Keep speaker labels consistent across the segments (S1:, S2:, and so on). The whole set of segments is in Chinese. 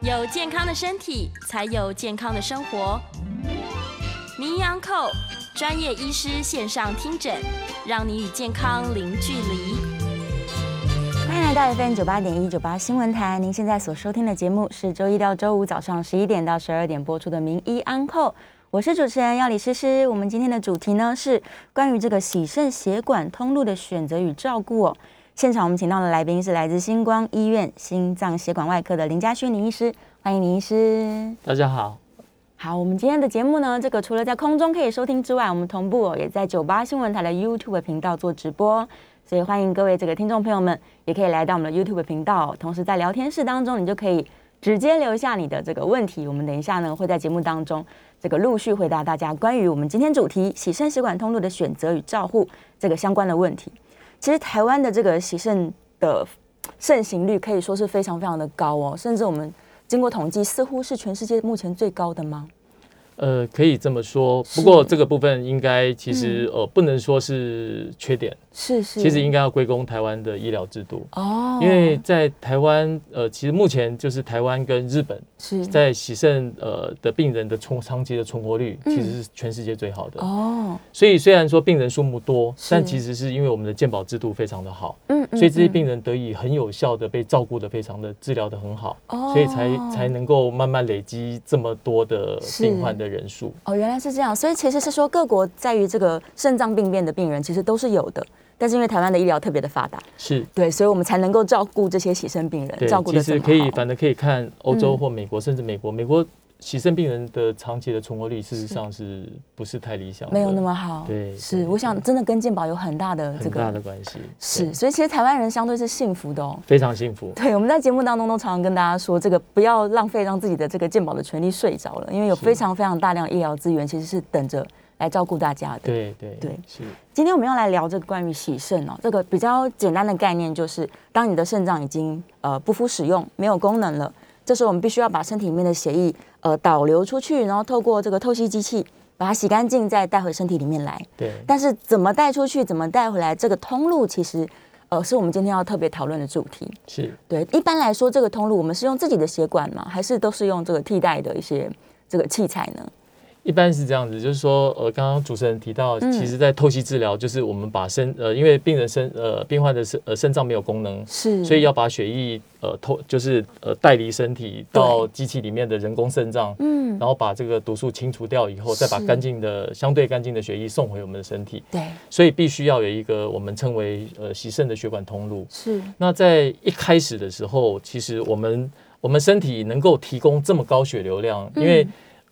S1: 有健康的身体，才有健康的生活。名医 Uncle 专业医师线上听诊，让你与健康零距离。
S2: 欢迎来到 FM 九八点一九八新闻台，您现在所收听的节目是周一到周五早上十一点到十二点播出的《名医安扣》，我是主持人要李诗诗。我们今天的主题呢是关于这个洗肾血管通路的选择与照顾哦。现场我们请到的来宾是来自星光医院心脏血管外科的林家勋林医师，欢迎林医师。
S3: 大家好，
S2: 好，我们今天的节目呢，这个除了在空中可以收听之外，我们同步、哦、也在九八新闻台的 YouTube 频道做直播，所以欢迎各位这个听众朋友们也可以来到我们的 YouTube 频道、同时在聊天室当中，你就可以直接留下你的这个问题，我们等一下呢会在节目当中这个陆续回答大家关于我们今天主题洗肾血管通路的选择与照护这个相关的问题。其实台湾的这个洗肾的盛行率可以说是非常非常的高哦，甚至我们经过统计，似乎是全世界目前最高的吗？
S3: 呃，可以这么说，不过这个部分应该其实、
S2: 嗯
S3: 呃不能说是缺点，
S2: 是是，
S3: 其实应该要归功台湾的医疗制度，
S2: 嗯哦，
S3: 因为在台湾呃其实目前就是台湾跟日本
S2: 是
S3: 在洗肾呃的病人的存长期的存活率
S2: 嗯
S3: 其实是全世界最好的，
S2: 哦，
S3: 所以虽然说病人数目多，
S2: 是
S3: 但其实是因为我们的健保制度非常的好，
S2: 嗯，
S3: 所以这些
S2: 嗯
S3: 病人得以很有效的被照顾的非常的治疗的很好，
S2: 哦
S3: 所以才才能够慢慢累积这么多的病患的人数。
S2: 哦，原来是这样，所以其实是说各国在于这个肾脏病变的病人其实都是有的，但是因为台湾的医疗特别的发达，
S3: 是，
S2: 对，所以我们才能够照顾这些洗肾病人，
S3: 对
S2: 照，顾
S3: 其
S2: 的这
S3: 实
S2: 么好。
S3: 可以，反正可以看欧洲
S2: 嗯
S3: 或美国，甚至美国，美国洗肾病人的长期的存活率，事实上是不是太理想的？
S2: 没有那么好，
S3: 对
S2: 是
S3: 对
S2: 我想真的跟健保有很大的这
S3: 很大的
S2: 个
S3: 关系，
S2: 是，
S3: 对
S2: 所以其实台湾人相对是幸福的哦。
S3: 非常幸福。
S2: 对，我们在节目当中都常常跟大家说，这个不要浪费让自己的这个健保的权利睡着了，因为有
S3: 是
S2: 非常非常大量的医疗资源其实是等着来照顾大家的。
S3: 对对
S2: 对
S3: 是
S2: 今天我们要来聊这个关于洗肾哦，这个比较简单的概念就是，当你的肾脏已经呃不敷使用、没有功能了，这时候我们必须要把身体里面的血液呃导流出去，然后透过这个透析机器把它洗干净，再带回身体里面来。
S3: 对。
S2: 但是怎么带出去、怎么带回来，这个通路其实呃是我们今天要特别讨论的主题。
S3: 是
S2: 对，一般来说这个通路我们是用自己的血管吗？还是都是用这个替代的一些这个器材呢？
S3: 一般是这样子，就是说，呃，刚刚主持人提到，其
S2: 嗯
S3: 实，在透析治疗，就是我们把肾，呃，因为病人肾，呃，病患的肾，呃，肾脏没有功能，
S2: 是，
S3: 所以要把血液，呃，透，就是呃，带离身体到机器里面的人工肾脏，
S2: 嗯，
S3: 然后把这个毒素清除掉以后，再把
S2: 是
S3: 干净的、相对干净的血液送回我们的身体，
S2: 对，
S3: 所以必须要有一个我们称为呃洗肾的血管通路。
S2: 是
S3: 那在一开始的时候，其实我们我们身体能够提供这么高血流量，因为、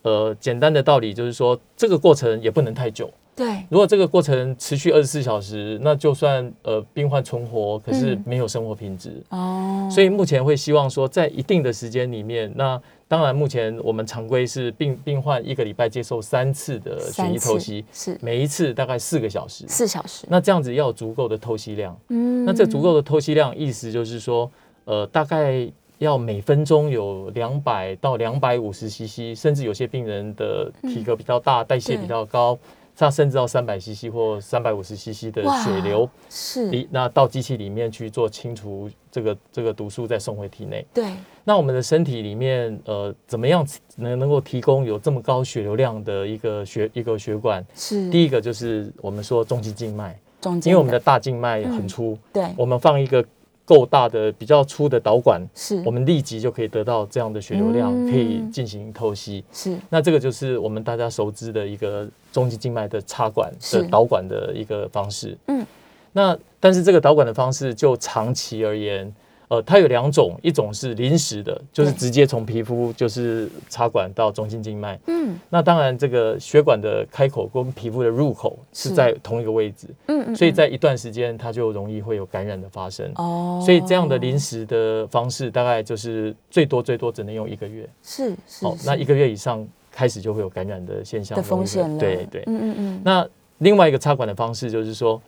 S3: 呃简单的道理就是说，这个过程也不能太久。
S2: 对，
S3: 如果这个过程持续二十四小时，那就算呃病患存活，可是
S2: 嗯
S3: 没有生活品质。
S2: 哦，
S3: 所以目前会希望说，在一定的时间里面，那当然目前我们常规是病病患一个礼拜接受三次的血
S2: 三
S3: 液
S2: 次
S3: 透析，
S2: 是
S3: 每一次大概四个小时。
S2: 四小时。
S3: 那这样子要有足够的透析量，
S2: 嗯
S3: 那这足够的透析量，意思就是说，呃，大概要每分钟有两百到两百五十 CC，甚至有些病人的体格比较大，代谢
S2: 对
S3: 比较高，那甚至到三百 CC 或三百五十 CC 的
S2: 哇
S3: 血流，
S2: 是，
S3: 离那到机器里面去做清除这个这个毒素，再送回体内。
S2: 对，
S3: 那我们的身体里面，呃，怎么样能能够提供有这么高血流量的一个血一个血管？
S2: 是
S3: 第一个就是我们说中心嗯静脉，嗯
S2: 中间，
S3: 因为我们的大静脉很粗，
S2: 对
S3: 我们放一个够大的、比较粗的导管，
S2: 是
S3: 我们立即就可以得到这样的血流量，
S2: 嗯
S3: 可以进行透析。
S2: 是
S3: 那这个就是我们大家熟知的一个中极静脉的插管
S2: 是
S3: 的导管的一个方式。
S2: 嗯，
S3: 那但是这个导管的方式就长期而言，呃，它有两种，一种是临时的，就是
S2: 对
S3: 直接从皮肤就是插管到中心静脉。
S2: 嗯
S3: 那当然，这个血管的开口跟皮肤的入口是
S2: 是
S3: 在同一个位置，
S2: 嗯嗯，
S3: 所以
S2: 嗯
S3: 在一段时间它就容易会有感染的发生。
S2: 哦，
S3: 所以这样的临时的方式，大概就是最多最多只能用一个月。
S2: 是是
S3: 哦，那
S2: 是
S3: 一个月以上开始就会有感染的现象
S2: 的
S3: 容易
S2: 风
S3: 会
S2: 险了，
S3: 对对。
S2: 嗯嗯嗯，
S3: 那另外一个插管的方式就是说，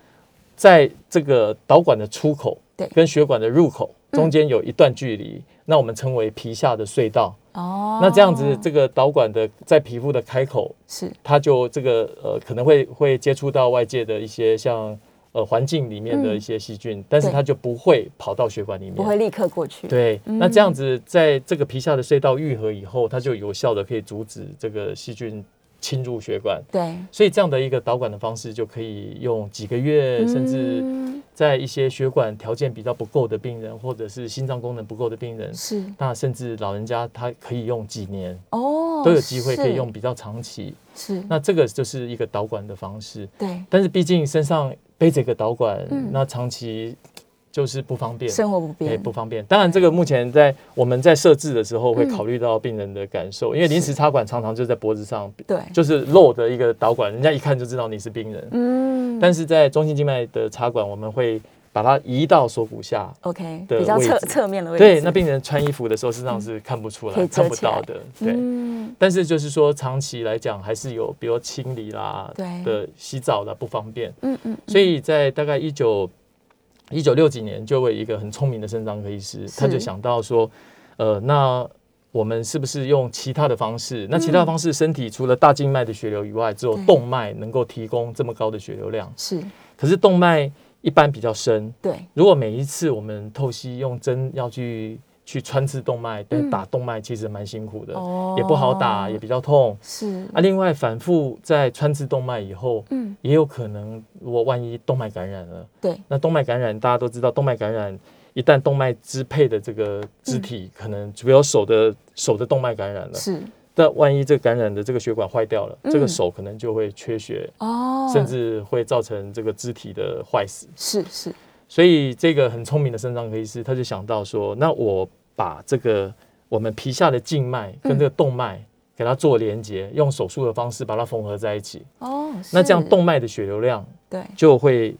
S3: 在这个导管的出口
S2: 对嗯
S3: 跟血管的入口中间有一段距离，那我们称为皮下的隧道。
S2: 哦，
S3: 那这样子，这个导管的在皮肤的开口，
S2: 是
S3: 它就这个呃可能会会接触到外界的一些像呃环境里面
S2: 嗯
S3: 的一些细菌，但是它就不会跑到血管里面，
S2: 不会立刻过去。，
S3: 对，那
S2: 嗯
S3: 这样子，在这个皮下的隧道愈合以后，它就有效的可以阻止这个细菌侵入血管。
S2: 对，
S3: 所以这样的一个导管的方式，就可以用几个月，甚至
S2: 嗯
S3: 在一些血管条件比较不够的病人，或者是心脏功能不够的病人，
S2: 是
S3: 那甚至老人家他可以用几年，
S2: 哦，
S3: 都有机会可以
S2: 是
S3: 用比较长期。
S2: 是，
S3: 那这个就是一个导管的方式，
S2: 对，
S3: 但是毕竟身上背着一个导管
S2: 嗯，
S3: 那长期就是不方便。
S2: 生活不
S3: 哎、
S2: 便，
S3: 不方便。当然，这个目前在我们在设置的时
S2: 嗯
S3: 候会考虑到病人的感受，因为临时插管常常就在脖子上，
S2: 对，
S3: 就是漏的一个导管，人家一看就知道你是病人。
S2: 嗯，
S3: 但是在中心静脉的插管，我们会把它移到锁骨下。
S2: OK，
S3: 的
S2: 比较
S3: 位
S2: 侧
S3: 置
S2: 侧面的位置，
S3: 对，那病人穿衣服的时候，事实上是看不出来、
S2: 嗯可以遮
S3: 看不
S2: 起来
S3: 到的。对，
S2: 嗯，
S3: 但是就是说，长期来讲还是有，比如清理啦
S2: 对
S3: 的、洗澡啦不方便，
S2: 嗯嗯，
S3: 所以在大概一九一九六几年，就有一个很聪明的肾脏科医师，他就想到说，呃，那我们是不是用其他的方式？那其他的方式，身体除了大静脉的血流以外，只有
S2: 嗯对
S3: 动脉能够提供这么高的血流量。
S2: 是
S3: 可是动脉一般比较深，
S2: 对，
S3: 如果每一次我们透析用针要去去穿刺动脉，但
S2: 嗯
S3: 打动脉其实蛮辛苦的，
S2: 哦
S3: 也不好打，也比较痛。
S2: 是
S3: 啊，另外反复在穿刺动脉以后，
S2: 嗯，
S3: 也有可能如果万一动脉感染了，
S2: 对，
S3: 那动脉感染大家都知道，动脉感染一旦动脉支配的这个肢体，可能比如手的手的动脉感染了，
S2: 嗯是
S3: 但万一这个感染的这个血管坏掉了，这
S2: 嗯
S3: 个手可能就会缺血，
S2: 哦，
S3: 甚至会造成这个肢体的坏死。
S2: 是是
S3: 所以这个很聪明的肾脏科医师，他就想到说，那我把这个我们皮下的静脉跟
S2: 嗯
S3: 这个动脉给它做连接，用手术的方式把它缝合在一起，
S2: 哦，
S3: 那这样
S2: 是
S3: 动脉的血流量
S2: 对
S3: 就会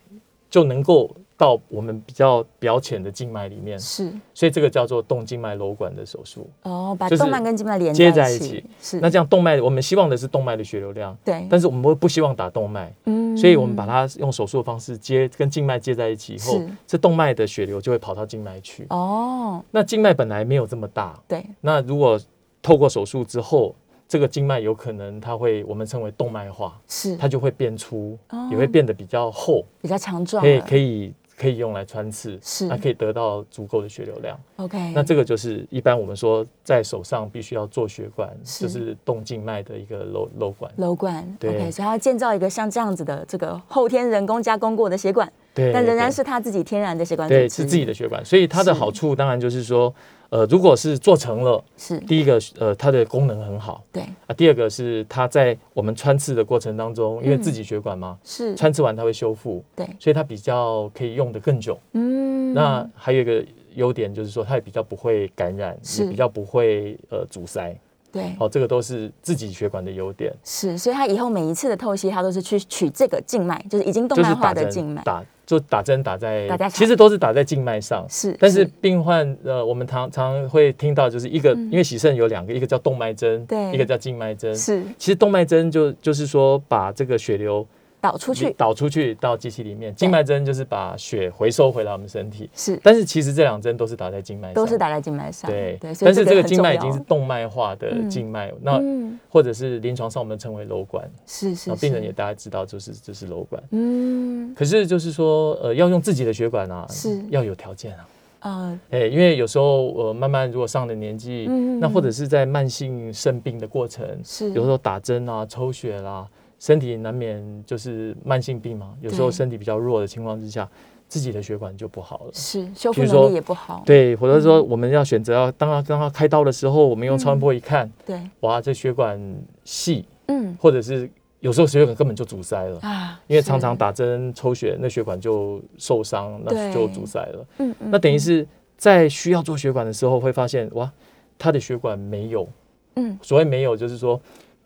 S3: 就能够到我们比较表浅的静脉里面，
S2: 是
S3: 所以这个叫做动静脉瘘管的手术。
S2: 哦，把
S3: 就是
S2: 动脉跟静脉连
S3: 接
S2: 在
S3: 在
S2: 一
S3: 一
S2: 起
S3: 起，
S2: 是
S3: 那这样动脉，我们希望的是动脉的血流量，
S2: 对，
S3: 但是我们不不希望打动脉，
S2: 嗯
S3: 所以我们把它用手术的方式接跟静脉接在一起以后
S2: 是，
S3: 这动脉的血流就会跑到静脉去。
S2: 哦，
S3: 那静脉本来没有这么大，
S2: 对，
S3: 那如果透过手术之后，这个静脉有可能它会我们称为动脉化，
S2: 是
S3: 它就会变粗，
S2: 哦
S3: 也会变得比较厚，
S2: 比较强壮
S3: 可以
S2: 了，
S3: 可以可以用来穿刺，
S2: 是嗯
S3: 它可以得到足够的血流量。
S2: OK，
S3: 那这个就是一般我们说在手上必须要做血管，
S2: 是
S3: 就是动静脉的一个瘘瘘管。
S2: 瘘管
S3: 对
S2: OK，所以它要建造一个像这样子的这个后天人工加工过的血管，
S3: 对，
S2: 但仍然
S3: 对
S2: 是它自己天然的血管组
S3: 对
S2: 织，
S3: 是自己的血管，所以它的
S2: 是
S3: 好处当然就是说，呃，如果是做成了，
S2: 是
S3: 第一个呃它的功能很好，
S2: 对
S3: 啊，第二个是它在我们穿刺的过程当中，因为
S2: 嗯
S3: 自己血管嘛，
S2: 是
S3: 穿刺完它会修复，
S2: 对
S3: 所以它比较可以用得更久。
S2: 嗯
S3: 那还有一个优点就是说，它也比较不会感染，
S2: 是
S3: 也比较不会呃阻塞。哦
S2: 对
S3: 好、这个都是自己血管的优点，
S2: 是，所以他以后每一次的透析，他都是去取这个静脉，就是已经动
S3: 就
S2: 脉
S3: 是
S2: 化
S3: 打
S2: 的静
S3: 针
S2: 脉，
S3: 打就打针打在
S2: 打在
S3: 其实都是打在静脉上。
S2: 是，
S3: 但是病患呃，我们常常会听到，就是一个、因为洗肾有两个，一个叫动脉针，
S2: 嗯对
S3: 一个叫静脉针。
S2: 是
S3: 其实动脉针就就是说把这个血流
S2: 导出去，
S3: 导出去到机器里面，静脉针就是把血回收回到我们身体。
S2: 是
S3: 但是其实这两针都是打在静脉上，
S2: 都是打在静脉上，
S3: 对
S2: 对，所以
S3: 但是这个
S2: 很
S3: 静
S2: 重
S3: 脉已
S2: 要
S3: 经是动脉化的静脉，那、
S2: 嗯
S3: 或者是临床上我们称为瘘管，
S2: 是
S3: 那
S2: 是
S3: 病人
S2: 是
S3: 也大家知道就是就是瘘管。
S2: 嗯
S3: 可是就是说，呃，要用自己的血管啊，
S2: 是
S3: 要有条件啊。
S2: 呃
S3: 哎、因为有时候呃，慢慢如果上了年纪，
S2: 嗯
S3: 那或者是在慢性肾病的过程，
S2: 是
S3: 有时候打针啊、抽血啦、身体难免就是慢性病嘛，有时候
S2: 对
S3: 身体比较弱的情况之下，自己的血管就不好了。
S2: 是修
S3: 比
S2: 复
S3: 如
S2: 能
S3: 说
S2: 力也不好，
S3: 对，或者说我们要选择要当他当他开刀的时候，我们用超声波一看，
S2: 对
S3: 哇，这血管细，
S2: 嗯
S3: 或者是有时候血管根本就阻塞了。
S2: 啊，
S3: 因为常常
S2: 是
S3: 打针抽血，那血管就受伤，那就阻塞了。
S2: 嗯嗯
S3: 那等于是在需要做血管的时候，会发现哇，他的血管没有。
S2: 嗯
S3: 所谓没有，就是说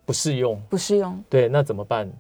S3: 不适用。
S2: 不适用
S3: 对，那怎么办？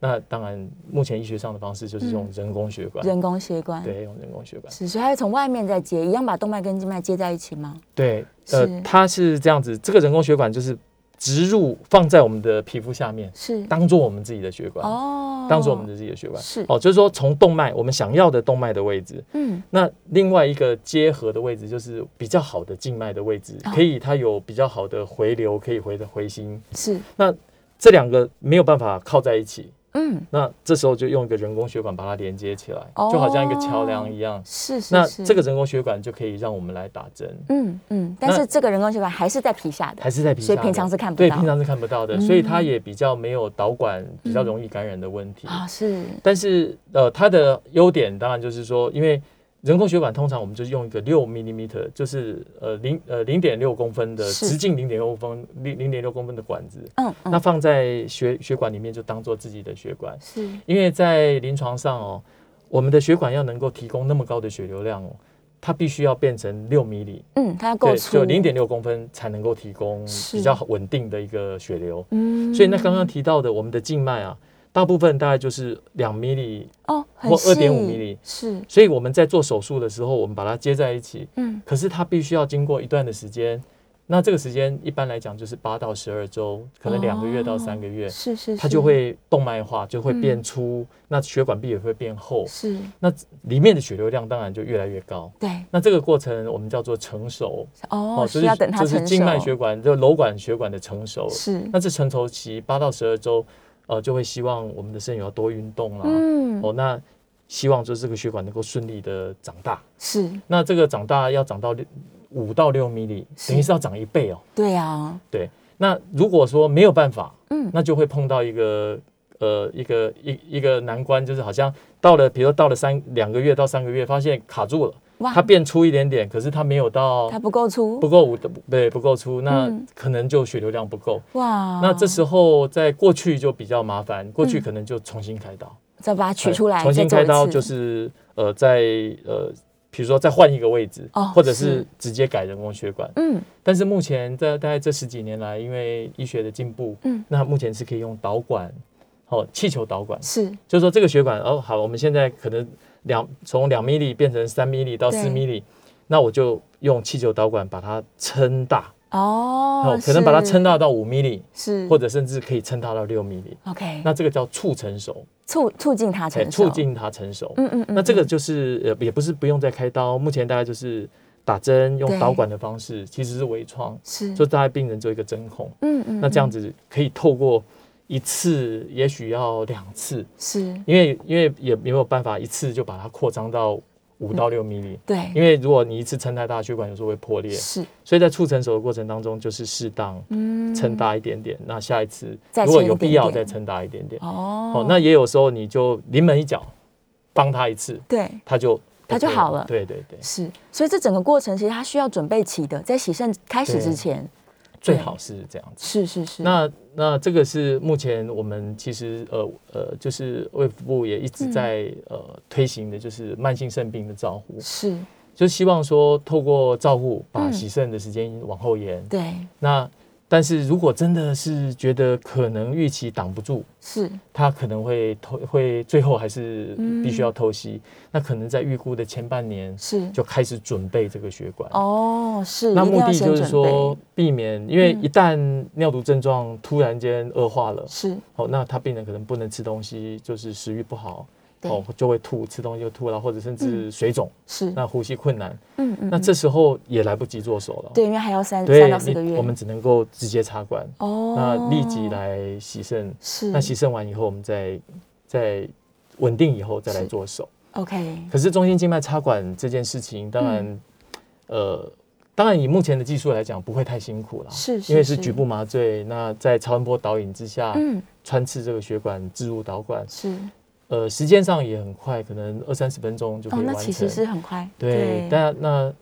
S3: 那当然，目前医学上的方式就是用人工血管。
S2: 嗯人工血管，
S3: 对，用人工血管。
S2: 是，所以它是从外面再接，一样把动脉跟静脉接在一起吗？
S3: 对，
S2: 是
S3: 呃，它是这样子，这个人工血管就是植入放在我们的皮肤下面，
S2: 是
S3: 当做我们自己的血管，
S2: 哦，
S3: 当做我们的自己的血管。
S2: 是
S3: 哦，就是说从动脉我们想要的动脉的位置，
S2: 嗯
S3: 那另外一个结合的位置就是比较好的静脉的位置
S2: 哦，
S3: 可以它有比较好的回流，可以回的回心。
S2: 是
S3: 那这两个没有办法靠在一起，
S2: 嗯，
S3: 那这时候就用一个人工血管把它连接起来，
S2: 哦
S3: 就好像一个桥梁一样。
S2: 是是
S3: 那
S2: 是，
S3: 这个人工血管就可以让我们来打针，
S2: 嗯嗯，但
S3: 那
S2: 是这个人工血管还是在皮下的，
S3: 还是在皮下
S2: 所
S3: 的，
S2: 以平常是看不
S3: 对
S2: 到嗯
S3: 平常是看不到的，所以它也比较没有导管比较容易感染的问题。
S2: 啊是，
S3: 但是呃，它的优点当然就是说，因为人工血管通常我们就是用一个六 m m 就是呃零呃零点六公分的
S2: 是
S3: 直径零点六公分零零点六公分的管子，
S2: 嗯
S3: 那
S2: 嗯
S3: 放在血血管里面就当做自己的血管，
S2: 是，
S3: 因为在临床上哦，我们的血管要能够提供那么高的血流量哦，它必须要变成六米里，
S2: 嗯，它要够
S3: 对，
S2: 粗，
S3: 就零点六公分才能够提供
S2: 是
S3: 比较稳定的一个血流。
S2: 嗯，
S3: 所以那刚刚提到的我们的静脉啊，大部分大概就是两米里，
S2: 哦很
S3: 或
S2: 细
S3: 2.5 mm
S2: 是，
S3: 所以我们在做手术的时候，我们把它接在一起，
S2: 嗯
S3: 可是它必须要经过一段的时间。那这个时间一般来讲就是八到十二周，可能两个月到三个月，
S2: 哦是是，是
S3: 它就会动脉化，就会变
S2: 嗯
S3: 粗，那血管壁也会变厚。
S2: 是，
S3: 那里面的血流量当然就越来越高。
S2: 对
S3: 那这个过程我们叫做成熟
S2: 哦，
S3: 就是
S2: 需要等它
S3: 就
S2: 成熟，
S3: 是静脉血管就瘘管血管的成熟。
S2: 是，
S3: 那这成熟期八到十二周，呃，就会希望我们的肾友要多运动啦、
S2: 嗯
S3: 哦，那希望就是这个血管能够顺利的长大。
S2: 是，
S3: 那这个长大要长到五到六米里，
S2: 是
S3: 等于是要长一倍哦。
S2: 对啊，
S3: 对，那如果说没有办法，
S2: 嗯
S3: 那就会碰到一个呃一个一一个难关，就是好像到了，比如说到了三两个月到三个月，发现卡住了，
S2: 哇，
S3: 它变粗一点点，可是它没有到
S2: 啊它不够粗
S3: 不够五的，对，不够粗，那
S2: 嗯
S3: 可能就血流量不够。
S2: 哇，
S3: 那这时候在过去就比较麻烦，过去
S2: 嗯
S3: 可能就重新开刀，
S2: 再把它取出来，
S3: 哎重
S2: 再
S3: 新
S2: 做
S3: 开
S2: 一
S3: 刀
S2: 次
S3: 就是呃在呃。比如说，再换一个位置，
S2: 哦
S3: 或者
S2: 是
S3: 是直接改人工血管。
S2: 嗯
S3: 但是目前在大概这十几年来，因为医学的进步，
S2: 嗯，
S3: 那目前是可以用导管，哦，气球导管，
S2: 是
S3: 就是说这个血管哦，好，我们现在可能两从两米里变成三米里到
S2: 对
S3: 四米里，那我就用气球导管把它撑大，
S2: 哦，
S3: 可能把它
S2: 是
S3: 撑大到五米里，
S2: 是
S3: 或者甚至可以撑大到六米里。
S2: OK，
S3: 那这个叫促成熟，
S2: 促促进它
S3: 哎
S2: 成熟，
S3: 促进它成熟。
S2: 嗯嗯嗯，
S3: 那这个
S2: 嗯
S3: 就是呃，也不是不用再开刀，目前大概就是打针
S2: 对
S3: 用导管的方式，其实是微创，
S2: 是
S3: 就大概病人做一个针孔。
S2: 嗯嗯，
S3: 那这样
S2: 嗯
S3: 子可以透过一次，也许要两次，
S2: 嗯是
S3: 因为因为也没有办法一次就把它扩张到五到六米里，
S2: 对，
S3: 因为如果你一次撑太大，血管有时候会破裂，
S2: 是
S3: 所以在促成手的过程当中，就是适当
S2: 嗯
S3: 撑大一点点，那下一次
S2: 再
S3: 如果
S2: 撑一
S3: 有
S2: 点
S3: 必要
S2: 点
S3: 再撑大一点点，
S2: 哦
S3: 哦，那也有时候你就临门一脚，帮他一次，
S2: 对。
S3: 他就
S2: 他就
S3: OK
S2: 好了
S3: 对对对，
S2: 是，所以这整个过程其实它需要准备齐的，在洗肾开始之
S3: 对
S2: 前，
S3: 最好是这样子。
S2: 是是是，
S3: 那那这个是目前我们其实呃呃，就是卫福部也一
S2: 嗯
S3: 直在、呃推行的，就是慢性肾病的照护，
S2: 是
S3: 就希望说透过照护把
S2: 嗯
S3: 洗肾的时间往后延。
S2: 对
S3: 那但是如果真的是觉得可能预期挡不住，
S2: 是
S3: 它可能会透会最后还是
S2: 嗯
S3: 必须要透析，那可能在预估的前半年
S2: 是
S3: 就开始准备这个血管。
S2: 哦是，
S3: 那
S2: 一定
S3: 目
S2: 要
S3: 的
S2: 先
S3: 就是
S2: 准
S3: 说
S2: 备，
S3: 避免，因为
S2: 嗯
S3: 一旦尿毒症状突然间恶化了，
S2: 是
S3: 哦，那他病人可能不能吃东西，就是食欲不好，
S2: 对嗯
S3: 哦，就会吐，吃东西就吐了，或者甚至水肿，
S2: 是，
S3: 那呼吸困难，
S2: 嗯嗯
S3: 那
S2: 嗯
S3: 这时候也来不及做手了。
S2: 对，因为还要三
S3: 对，
S2: 三到四
S3: 你
S2: 个月，
S3: 我们只能够直接插管，
S2: 哦，
S3: 那立即来洗肾。
S2: 是
S3: 那洗肾完以后，我们再再稳定以后再来
S2: 是
S3: 做手。
S2: OK
S3: 可是中心静脉插管这件事情，当
S2: 嗯
S3: 然，呃，当然以目前的技术来讲，不会太辛苦啦。
S2: 是是
S3: 因为是
S2: 是
S3: 局部麻醉，那在超声波导引之下，
S2: 嗯
S3: 穿刺这个血管，置入导管，
S2: 是
S3: 呃，时间上也很快，可能二三十分钟就可
S2: 哦，
S3: 以
S2: 那
S3: 完
S2: 其
S3: 成。
S2: 实是很快
S3: 对，但那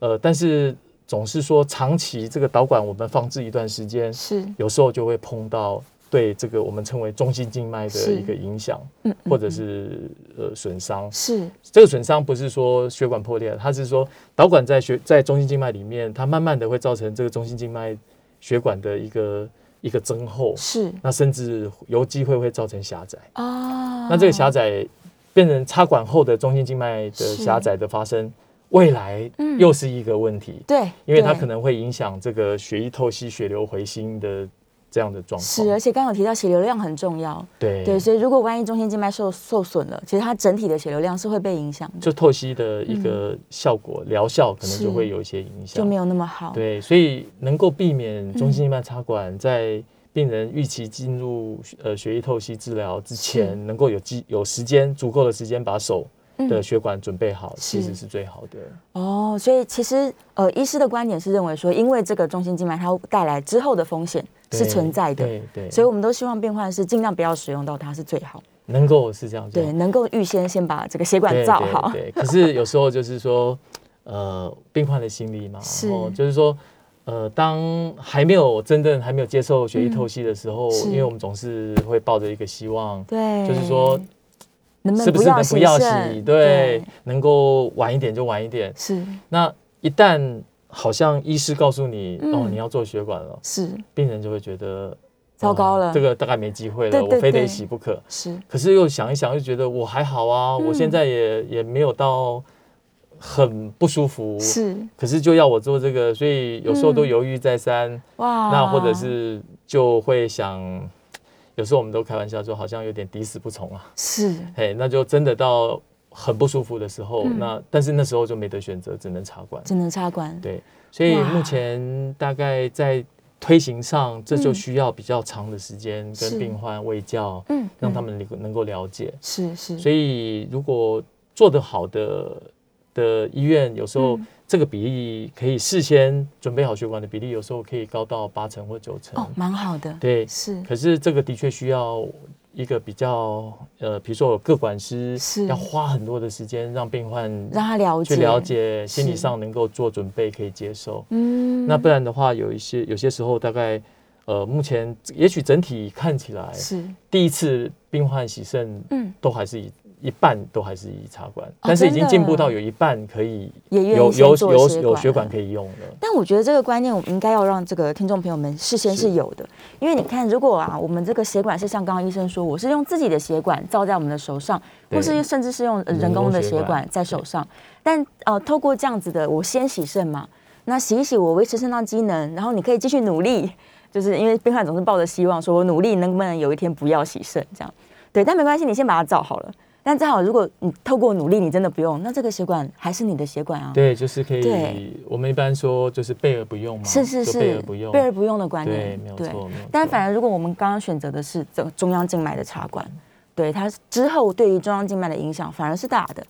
S3: 呃，但是总是说长期这个导管我们放置一段时间，
S2: 是嗯
S3: 有时候就会碰到对这个我们称为中心静脉的
S2: 是
S3: 一个影响，
S2: 嗯嗯
S3: 或者是呃损伤。
S2: 是
S3: 这个损伤不是说血管破裂，它是说导管在血在中心静脉里面，它慢慢的会造成这个中心静脉血管的一个一个增厚，
S2: 是
S3: 那甚至有机会会造成狭窄。
S2: 哦，
S3: 那这个狭窄变成插管后的中心静脉的狭窄的发生，未来
S2: 嗯
S3: 又是一个问题，
S2: 对，
S3: 因为它
S2: 对
S3: 可能会影响这个血液透析、血流回心的这样的状
S2: 是，而
S3: 况。
S2: 且刚刚有提到血流量很重要，
S3: 对
S2: 对，所以如果万一中心静脉受受损了，其实它整体的血流量是会被影响的，
S3: 就透析的一
S2: 嗯
S3: 个效果、疗效可能
S2: 是
S3: 就会有一些影
S2: 就
S3: 响
S2: 没。有那么好。
S3: 对，所以能够避免中心静脉插管在病人预期进入呃血液透析治疗之前，能够有机有时间足够的时间把手
S2: 嗯
S3: 的血管准备好，其实是最好的。
S2: 哦，所以其实呃，医师的观点是认为说，因为这个中心静脉它带来之后的风险是存在的，
S3: 对对，
S2: 所以我们都希望病患是尽量不要使用到它是最好，
S3: 能够是这样子。
S2: 对，能够预先先把这个血管
S3: 对
S2: 造
S3: 对
S2: 好，
S3: 对，可是有时候就是说，呃，病患的心理嘛，
S2: 是
S3: 然后就是说，呃，当还没有真正还没有接受血液透析的时候，
S2: 嗯是
S3: 因为我们总是会抱着一个希望，
S2: 对，
S3: 就是说，
S2: 能不能
S3: 是
S2: 不
S3: 不是能
S2: 要
S3: 不
S2: 洗
S3: 要洗？
S2: 肾？
S3: 对，，能够晚一点就晚一点。
S2: 是
S3: 那一旦好像医师告诉你，
S2: 嗯
S3: 哦，你要做血管了，
S2: 是
S3: 病人就会觉得。
S2: 糟糕了
S3: 嗯这个大概没机会了，
S2: 对对
S3: 我非得
S2: 对
S3: 洗不可。
S2: 是，
S3: 可是又想一想，又觉得我还好啊，
S2: 嗯
S3: 我现在也也没有到很不舒服，
S2: 是
S3: 可是就要我做这个，所以有时候都犹豫再三，
S2: 嗯哇，
S3: 那或者是就会想，有时候我们都开玩笑说，好像有点抵死不从啊，
S2: 是
S3: 嘿，那就真的到很不舒服的时候，
S2: 嗯
S3: 那但是那时候就没得选择，只能插管，
S2: 只能插管，
S3: 对，所以
S2: 哇
S3: 目前大概在推行上，这就
S2: 嗯
S3: 需要比较长的时间
S2: 是
S3: 跟病患喂教，
S2: 嗯，
S3: 让他
S2: 嗯
S3: 们能能够了解。
S2: 是是，
S3: 所以如果做得好的的医院，有时候
S2: 嗯
S3: 这个比例可以事先准备好血管的比例，有时候可以高到八成或九成。
S2: 哦，蛮好的，
S3: 对，
S2: 是
S3: 可是这个的确需要一个比较呃，比如说有各管师
S2: 是
S3: 要花很多的时间让病患
S2: 让他了解
S3: 去了，解，
S2: 是
S3: 心理上能够做准备，可以接受。
S2: 嗯，
S3: 那不然的话，有一些有些时候大概。呃，目前也许整体看起来，
S2: 是
S3: 第一次病患洗肾
S2: 嗯哦
S3: 都还是以一半都还是以插管，但是已经进步到有一半可以
S2: 也愿意
S3: 有
S2: 先
S3: 有
S2: 做
S3: 有
S2: 血
S3: 有
S2: 管
S3: 血管
S2: 了
S3: 可以用了。
S2: 但我觉得这个观念，我们应该要让这个听众朋友们事先
S3: 是
S2: 是有的，因为你看，如果啊，我们这个血管是像刚刚医生说，我是用自己的血管造在我们的手上，
S3: 对
S2: 或是甚至是用呃
S3: 人
S2: 人
S3: 工
S2: 工的
S3: 血
S2: 血
S3: 管
S2: 管在手上，但呃，透过这样子的，我先洗肾嘛，那洗一洗，我维持肾脏机能，然后你可以继续努力，就是因为病患总是抱着希望说，我努力能不能有一天不要洗肾这样，对，但没关系，你先把它造好了。但正好，如果你透过努力，你真的不用，那这个血管还是你的血管啊。
S3: 对，就是可
S2: 对
S3: 以，我们一般说就是备而不用嘛，
S2: 是是，
S3: 就是备而不用，
S2: 备而不用的观
S3: 对，
S2: 念，
S3: 没有错，没有错。
S2: 但反而如果我们刚刚选择的是这个中央静脉的插管，对它之后对于中央静脉的影响反而是大的，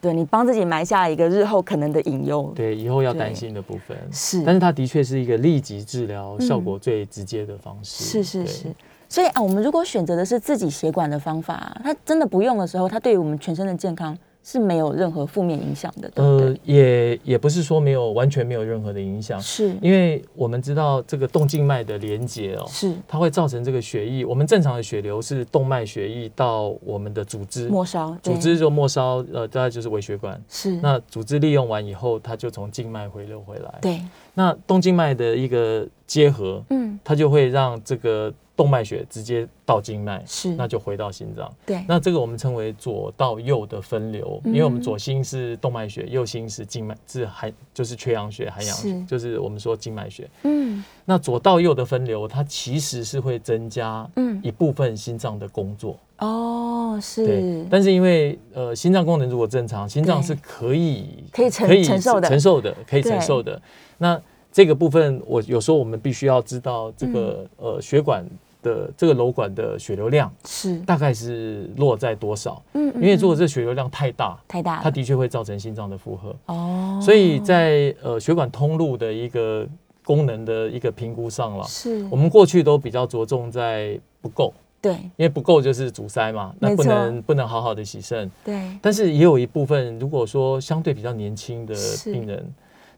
S2: 对你帮自己埋下一个日后可能的隐忧。
S3: 对以后要
S2: 对
S3: 担心的部分
S2: 是
S3: 但是它的确是一个立即治疗效
S2: 嗯
S3: 果最直接的方式。
S2: 是是
S3: 对
S2: 是，。所以啊，我们如果选择的是自己血管的方法、它真的不用的时候，它对于我们全身的健康是没有任何负面影响的，对不对？
S3: 呃，也也不是说没有完全没有任何的影响，
S2: 是
S3: 呃因为我们知道这个动静脉的连接哦，
S2: 是
S3: 它会造成这个血液，我们正常的血流是动脉血液到我们的组织，
S2: 末梢，嗯对
S3: 组织就末梢，呃，大概就是微血管。
S2: 是
S3: 那组织利用完以后，它就从静脉回流回来。，
S2: 对，
S3: 那动静脉的一个结合，
S2: 嗯，
S3: 它就会让这个动脉血直接到静脉，
S2: 是
S3: 那就回到心脏。
S2: 对，
S3: 那这个我们称为左到右的分流，
S2: 嗯
S3: 因为我们左心是动脉血，右心是静脉，是含就是缺氧血、含氧血
S2: 是，
S3: 就是我们说静脉血。
S2: 嗯
S3: 那左到右的分流，它其实是会增加
S2: 嗯，
S3: 一部分心脏的工作，
S2: 哦，
S3: 对
S2: 是。
S3: 但是因为呃，心脏功能如果正常，心脏
S2: 对
S3: 是可以
S2: 可以承承受的
S3: 承受的，可以
S2: 对
S3: 承受的。那这个部分，我有时候我们必须要知道这个、
S2: 嗯
S3: 呃血管的这个瘘管的血流量
S2: 是，
S3: 大概是落在多少，
S2: 嗯，
S3: 因为如
S2: 嗯
S3: 果这血流量太大，
S2: 太大了，
S3: 它的确会造成心脏的负荷。
S2: 哦，
S3: 所以在呃血管通路的一个功能的一个评估上了，
S2: 是
S3: 我们过去都比较着重在不够。
S2: 对
S3: 因为不够就是阻塞嘛，那
S2: 没
S3: 不
S2: 错
S3: 能不能好好的洗肾。
S2: 对
S3: 但是也有一部分，如果说相对比较年轻的
S2: 是
S3: 病人，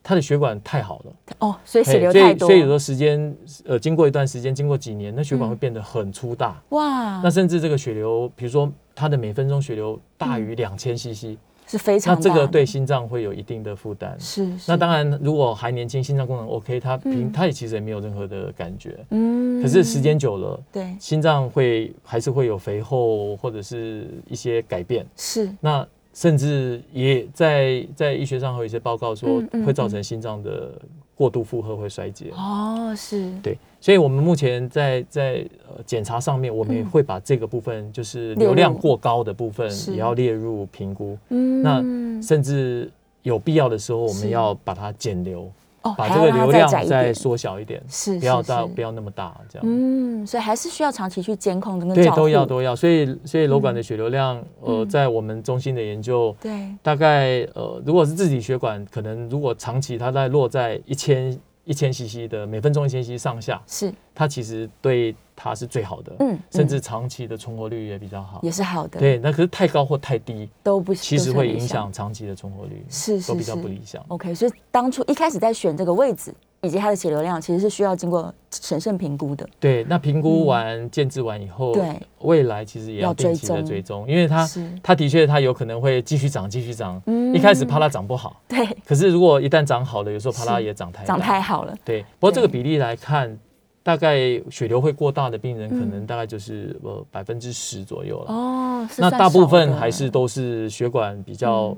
S3: 他的血管太好了，
S2: 哦，所以血流
S3: 嘿所
S2: 太
S3: 以
S2: 多，
S3: 所以有时候时间呃，经过一段时间，经过几年，那血
S2: 嗯
S3: 管会变得很粗大，
S2: 哇，
S3: 那甚至这个血流，比如说他的每分钟血流大于两千 CC，
S2: 是非
S3: 那
S2: 常
S3: 这
S2: 嗯大
S3: 个
S2: 的
S3: 对心脏会有一定的负担。
S2: 是是
S3: 那当然，如果还年轻，心脏功能 OK，他平
S2: 嗯
S3: 他也其实也没有任何的感觉。
S2: 嗯
S3: 可是时间久了，
S2: 对
S3: 心脏会还是会有肥厚或者是一些改变，
S2: 是
S3: 那甚至也在在医学上会有一些报告说
S2: 嗯嗯
S3: 会造成心脏的过度负荷会衰竭。
S2: 哦是
S3: 对，所以我们目前在在呃检查上面，我们也会把这个部分就是
S2: 列入
S3: 流量过高的部分
S2: 是
S3: 也要列入评估，
S2: 嗯
S3: 那甚至有必要的时候，我
S2: 是
S3: 们要把它减流。
S2: 哦，
S3: 把
S2: 还
S3: 这
S2: 要
S3: 个
S2: 让它
S3: 流
S2: 再
S3: 量
S2: 窄一
S3: 再
S2: 点，
S3: 缩小一点，
S2: 是是
S3: 不要大
S2: 是
S3: 不要那么大这样。
S2: 嗯，所以还是需要长期去监控跟
S3: 对
S2: 照，嗯
S3: 都要
S2: 护
S3: 都要，所以所以楼管的血流量，呃，在我们中心的研究，
S2: 对，
S3: 大概呃，如果是自己血管，可能如果长期它在落在一千一千 CC 的每分钟一千 CC 上下，
S2: 是
S3: 它其实对它是最好的，
S2: 嗯
S3: 甚至长期的存活率也比较好。
S2: 也是好的，
S3: 对，那可是太高或太低，
S2: 都不
S3: 其
S2: 都是
S3: 实
S2: 很
S3: 会
S2: 理
S3: 影
S2: 想
S3: 响长期的存活率，
S2: 是是
S3: 都比较
S2: 是
S3: 不理想。
S2: OK，所以当初一开始在选这个位置以及它的血流量，其实是需要经过审慎评估的。
S3: 对，那评估完、建制完以后，
S2: 嗯对，
S3: 未来其实也
S2: 要
S3: 要定
S2: 追
S3: 期的
S2: 踪
S3: 追踪，因为它
S2: 是
S3: 它的确它有可能会继续涨，继续涨。
S2: 嗯
S3: 一开始怕它涨不好，
S2: 对，
S3: 可是如果一旦涨好了，有时候怕它
S2: 是
S3: 也涨太
S2: 长
S3: 大
S2: 太好了，
S3: 对，不过这个
S2: 对
S3: 比例来看，大概血流会过大的病人，可能大概就是呃百分之十左右了。
S2: 嗯哦，是
S3: 那
S2: 算
S3: 大部
S2: 少
S3: 分
S2: 的嗯
S3: 还是都是血管比较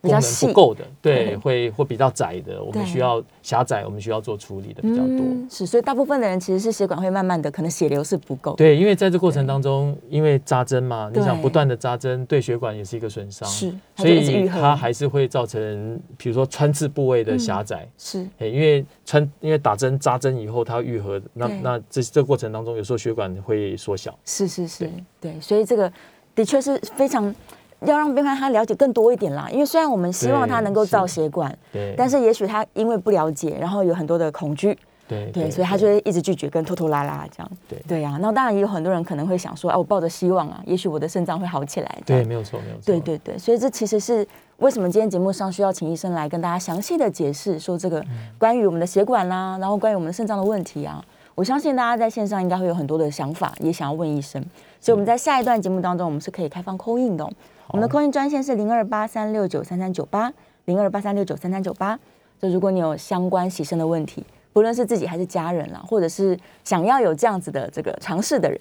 S2: 比
S3: 功
S2: 较
S3: 能
S2: 细
S3: 不够的，对，
S2: 对
S3: 会或比较窄的，我
S2: 对
S3: 们需要狭窄，我们需要做处理的比较多。
S2: 嗯是，所以大部分的人其实是血管会慢慢的，可能血流是不够，
S3: 对，因为在这过程当中，因为扎针嘛，你想
S2: 对
S3: 不断的扎针对血管也是一个损伤，
S2: 是它
S3: 所
S2: 就一直愈
S3: 以
S2: 合嗯
S3: 它还是会造成，比如说穿刺部位的狭窄，
S2: 是
S3: 诶因为穿因为打针扎针以后它愈合，那
S2: 对
S3: 那这这过程当中有时候血管会缩小，
S2: 是是是，对，所以这个的确是非常要让病患他了解更多一点啦，因为虽然我们希望他
S3: 对
S2: 能够造
S3: 是
S2: 血管，
S3: 对，
S2: 但是也许他因为不了解，然后有很多的恐惧，
S3: 对
S2: 对，所以他就会一直拒绝跟拖拖拉拉这样。
S3: 对
S2: 对啊，那当然也有很多人可能会想说，啊，我抱着希望啊，也许我的肾脏会好起来。这
S3: 对，
S2: 样
S3: 没有错，没有错，
S2: 对对对，所以这其实是为什么今天节目上需要请医生来跟大家详细的解释，说这
S3: 嗯
S2: 个关于我们的血管啦、然后关于我们的肾脏的问题啊。我相信大家在线上应该会有很多的想法，也想要问医生，所以我
S3: 嗯
S2: 们在下一段节目当中，我们是可以开放 call in 的哦、我们的 call in 专线是零二八三六九三三九八零二八三六九三三九八。就如果你有相关洗肾的问题，不论是自己还是家人啊啦，或者是想要有这样子的这个尝试的人，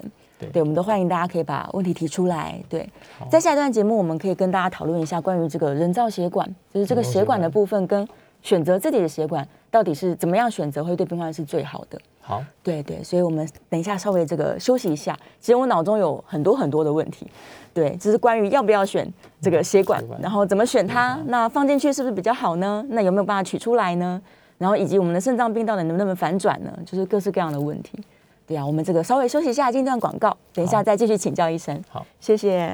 S3: 对
S2: 我们都欢迎大家可以把问题提出来。对，在下一段节目，我们可以跟大家讨论一下关于这个人造血管，就是这个血管的部分跟选择自己的血管到底是怎么样选择会对病患是最好的。
S3: 好，
S2: 对对，所以我们等一下稍微这个休息一下。其实我脑中有很多很多的问题，对，就是关于要不要选这个血管
S3: 嗯血，管
S2: 然后怎么选它，那放进去是不是比较好呢？那有没有办法取出来呢？然后以及我们的肾脏病到底能不能反转呢？就是各式各样的问题。对啊，我们这个稍微休息一下，进一段广告，等一下
S3: 好
S2: 再继续请教医生。
S3: 好，
S2: 谢谢。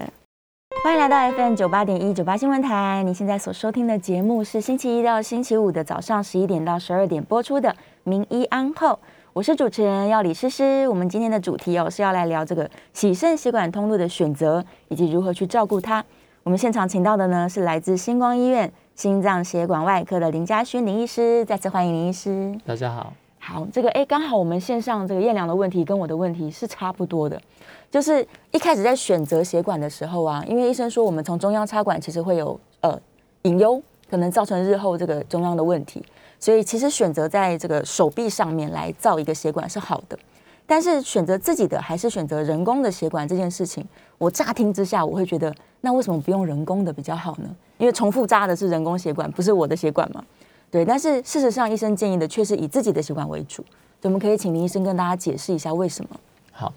S2: 欢迎来到 FM 九八点一九八新闻台，你现在所收听的节目是星期一到星期五的早上十一点到十二点播出的《名医安后》，我是主持人要李诗诗。我们今天的主题哦是要来聊这个洗肾血管通路的选择以及如何去照顾它。我们现场请到的呢是来自星光医院心脏血管外科的林家勋林医师，再次欢迎林医师。
S3: 大家好，
S2: 好，这个哎，刚好我们线上这个燕良的问题跟我的问题是差不多的，就是一开始在选择血管的时候啊，因为医生说我们从中央插管其实会有呃隐忧，可能造成日后这个中央的问题，所以其实选择在这个手臂上面来造一个血管是好的，但是选择自己的还是选择人工的血管这件事情，我乍听之下我会觉得，那为什么不用人工的比较好呢？因为重复扎的是人工血管，不是我的血管嘛。对，但是事实上，医生建议的却是以自己的血管为主。对，我们可以请林医生跟大家解释一下为什么。
S3: 好，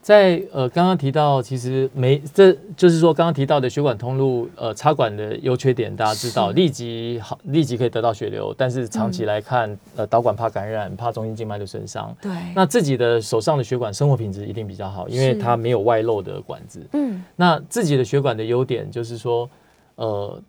S3: 在呃刚刚提到，其实没这就是说刚刚提到的血管通路，呃插管的优缺点大家知道，
S2: 是嗯
S3: 立即好立即可以得到血流，但是长期来看，呃导管怕感染，怕中心静脉的损伤。
S2: 对，
S3: 那自己的手上的血管生活品质一定比较好，因为它没有外露的管子。
S2: 嗯，
S3: 那自己的血管的优点就是说，呃，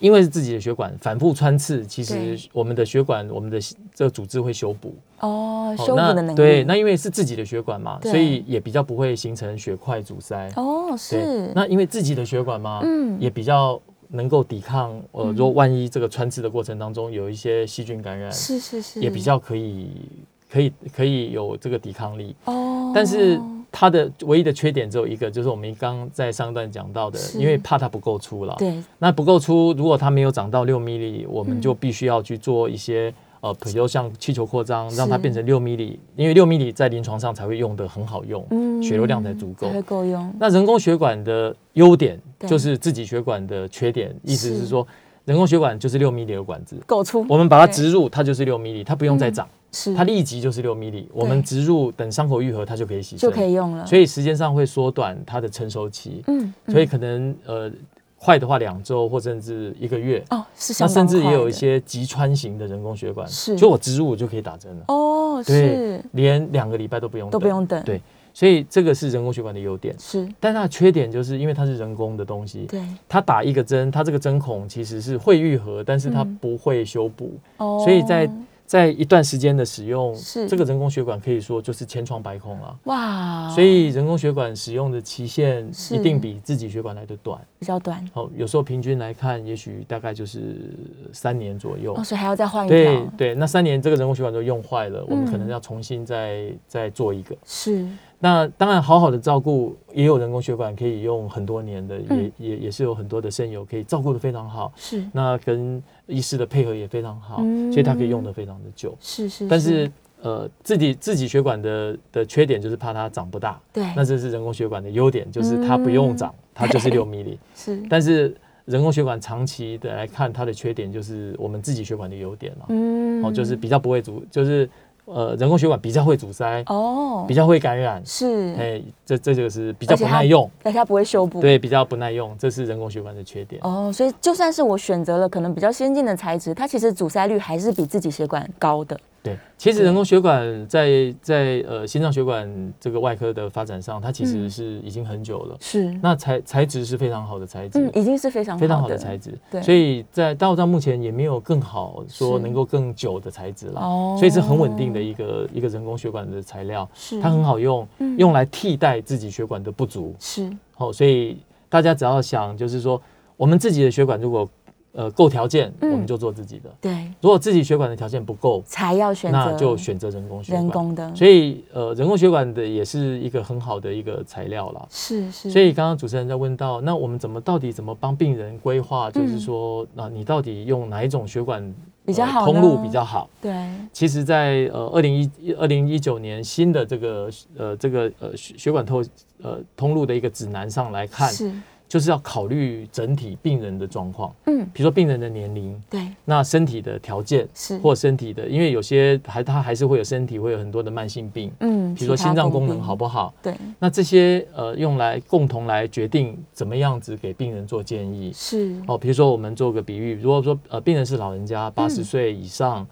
S3: 因为是自己的血管反复穿刺，其实
S2: 对
S3: 我们的血管，我们的这个组织会修补，
S2: 哦，
S3: 哦
S2: 修复
S3: 那
S2: 的能力，
S3: 对，那因为是自己的血管嘛，
S2: 对
S3: 所以也比较不会形成血块阻塞。
S2: 哦是
S3: 对，，那因为自己的血管嘛，
S2: 嗯
S3: 也比较能够抵抗。呃，如果万一这个穿刺的过程当中有一些细菌感染，
S2: 是是是，
S3: 也比较可以，可以可以有这个抵抗力。
S2: 哦，
S3: 但是它的唯一的缺点只有一个，就是我们刚刚在上段讲到的，
S2: 是
S3: 因为怕它不够粗了。
S2: 对
S3: 那不够粗，如果它没有长到六 m m 我们就
S2: 嗯
S3: 必须要去做一些、呃，比如像气球扩张，让它
S2: 是
S3: 变成六 m m 因为六 m m 在临床上才会用的很好用，
S2: 嗯
S3: 血流量才足够
S2: 才。会够用，
S3: 那人工血管的优点
S2: 对
S3: 就是自己血管的缺点，意思
S2: 是
S3: 是说，人工血管就是六 m m 的管子，
S2: 够粗，
S3: 我们把它
S2: 对嗯
S3: 植入，它就是六 m m 它不用再长，
S2: 是
S3: 它立即就是六 m m 我们植入，等伤口愈合，它就可以洗
S2: 就
S3: 身。
S2: 可以用了，
S3: 所
S2: 以
S3: 以时间上会缩短它的成熟期，
S2: 嗯，
S3: 所以可能呃快的话两周或甚至一个月。
S2: 哦，是
S3: 那
S2: 相当
S3: 甚至也有
S2: 快
S3: 一
S2: 的
S3: 些极穿型的人工血管，
S2: 是
S3: 就我植入我就可以打针了，
S2: 哦，
S3: 对
S2: 是，
S3: 连两个礼拜都不用
S2: 都不用等，
S3: 对所以这个是人工血管的优点，
S2: 是，
S3: 但它的缺点就是因为它是人工的东西，
S2: 对，
S3: 它打一个针，它这个针孔其实是会愈合，但是它
S2: 嗯
S3: 不会修补，
S2: 哦，
S3: 所以在在一段时间的使用，
S2: 是
S3: 这个人工血管可以说就是千疮百孔了。
S2: 哇，
S3: 所以人工血管使用的期限
S2: 哦是
S3: 一定比自己血管来的短，
S2: 比较短
S3: 好，哦有时候平均来看，也许大概就是三年左右。
S2: 哦，所以还要再换一
S3: 对
S2: 条，
S3: 对，那三年这个人工血管都用坏了，我们可
S2: 嗯
S3: 能要重新再再做一个。
S2: 是
S3: 那当然，好好的照顾也有人工血管可以用很多年的，
S2: 嗯
S3: 也也也是有很多的肾友可以照顾的非常好。
S2: 是
S3: 那跟医师的配合也非常好，
S2: 嗯
S3: 所以它可以用的非常的久。
S2: 是是，
S3: 但是呃，自己自己血管的的缺点就是怕它长不大，
S2: 对，
S3: 那这是人工血管的优点，就是它不 用长，它就是六米里。
S2: 是
S3: 但是人工血管长期的来看，它的缺点就是我们自己血管的优点了、
S2: 嗯
S3: 哦，就是比较不会阻，就是呃人工血管比较会阻塞，
S2: 哦，
S3: 比较会感染，
S2: 是，
S3: 哎，这这就是比较
S2: 而且
S3: 不
S2: 它
S3: 耐用，
S2: 但是它不会修补，
S3: 对，比较不耐用，这是人工血管的缺点。
S2: 哦，所以就算是我选择了可能比较先进的材质，它其实阻塞率还是比自己血管高的。
S3: 对，其实人工血管在在呃心脏血管这个外科的发展上，它其实
S2: 嗯
S3: 是已经很久了。
S2: 是，
S3: 那材材质是非常好的材质，
S2: 嗯，已经是非常
S3: 非常
S2: 好
S3: 好的
S2: 的
S3: 材质
S2: 对，
S3: 所以在到到目前也没有更好说
S2: 是
S3: 能够更久的材质了，
S2: 哦
S3: 所以是很稳定的一个一个人工血管的材料，
S2: 是
S3: 它很好用，
S2: 嗯
S3: 用来替代自己血管的不足。
S2: 是
S3: 好、所以大家只要想，就是说我们自己的血管如果呃够条件，
S2: 嗯
S3: 我们就做自己的；
S2: 对，
S3: 如果自己血管的条件不够，
S2: 才要选择
S3: 那就选择人工血管。
S2: 人工的，
S3: 所以呃，人工血管的也是一个很好的一个材料啦。
S2: 是是，
S3: 所以刚刚主持人在问到，那我们怎么到底怎么帮病人规
S2: 嗯
S3: 划，就是说，那、你到底用哪一种血管呃
S2: 比较好呢
S3: 通路比较好？
S2: 对
S3: 其实在，呃二零一二零一九年新的这个呃这个呃血血管透呃通路的一个指南上来看，
S2: 是
S3: 就是要考虑整体病人的状况，
S2: 嗯
S3: 比如说病人的年龄、
S2: 对
S3: 那身体的条件
S2: 是
S3: 或身体的，因为有些还他还是会有身体会有很多的慢性病，
S2: 嗯，
S3: 比如说
S2: 其他
S3: 心脏功能
S2: 病
S3: 好不好？
S2: 对
S3: 那这些呃，用来共同来决定怎么样子给病人做建议。
S2: 是
S3: 哦，比如说我们做个比喻，如果说呃病人是老人
S2: 嗯
S3: 家，八十岁以上，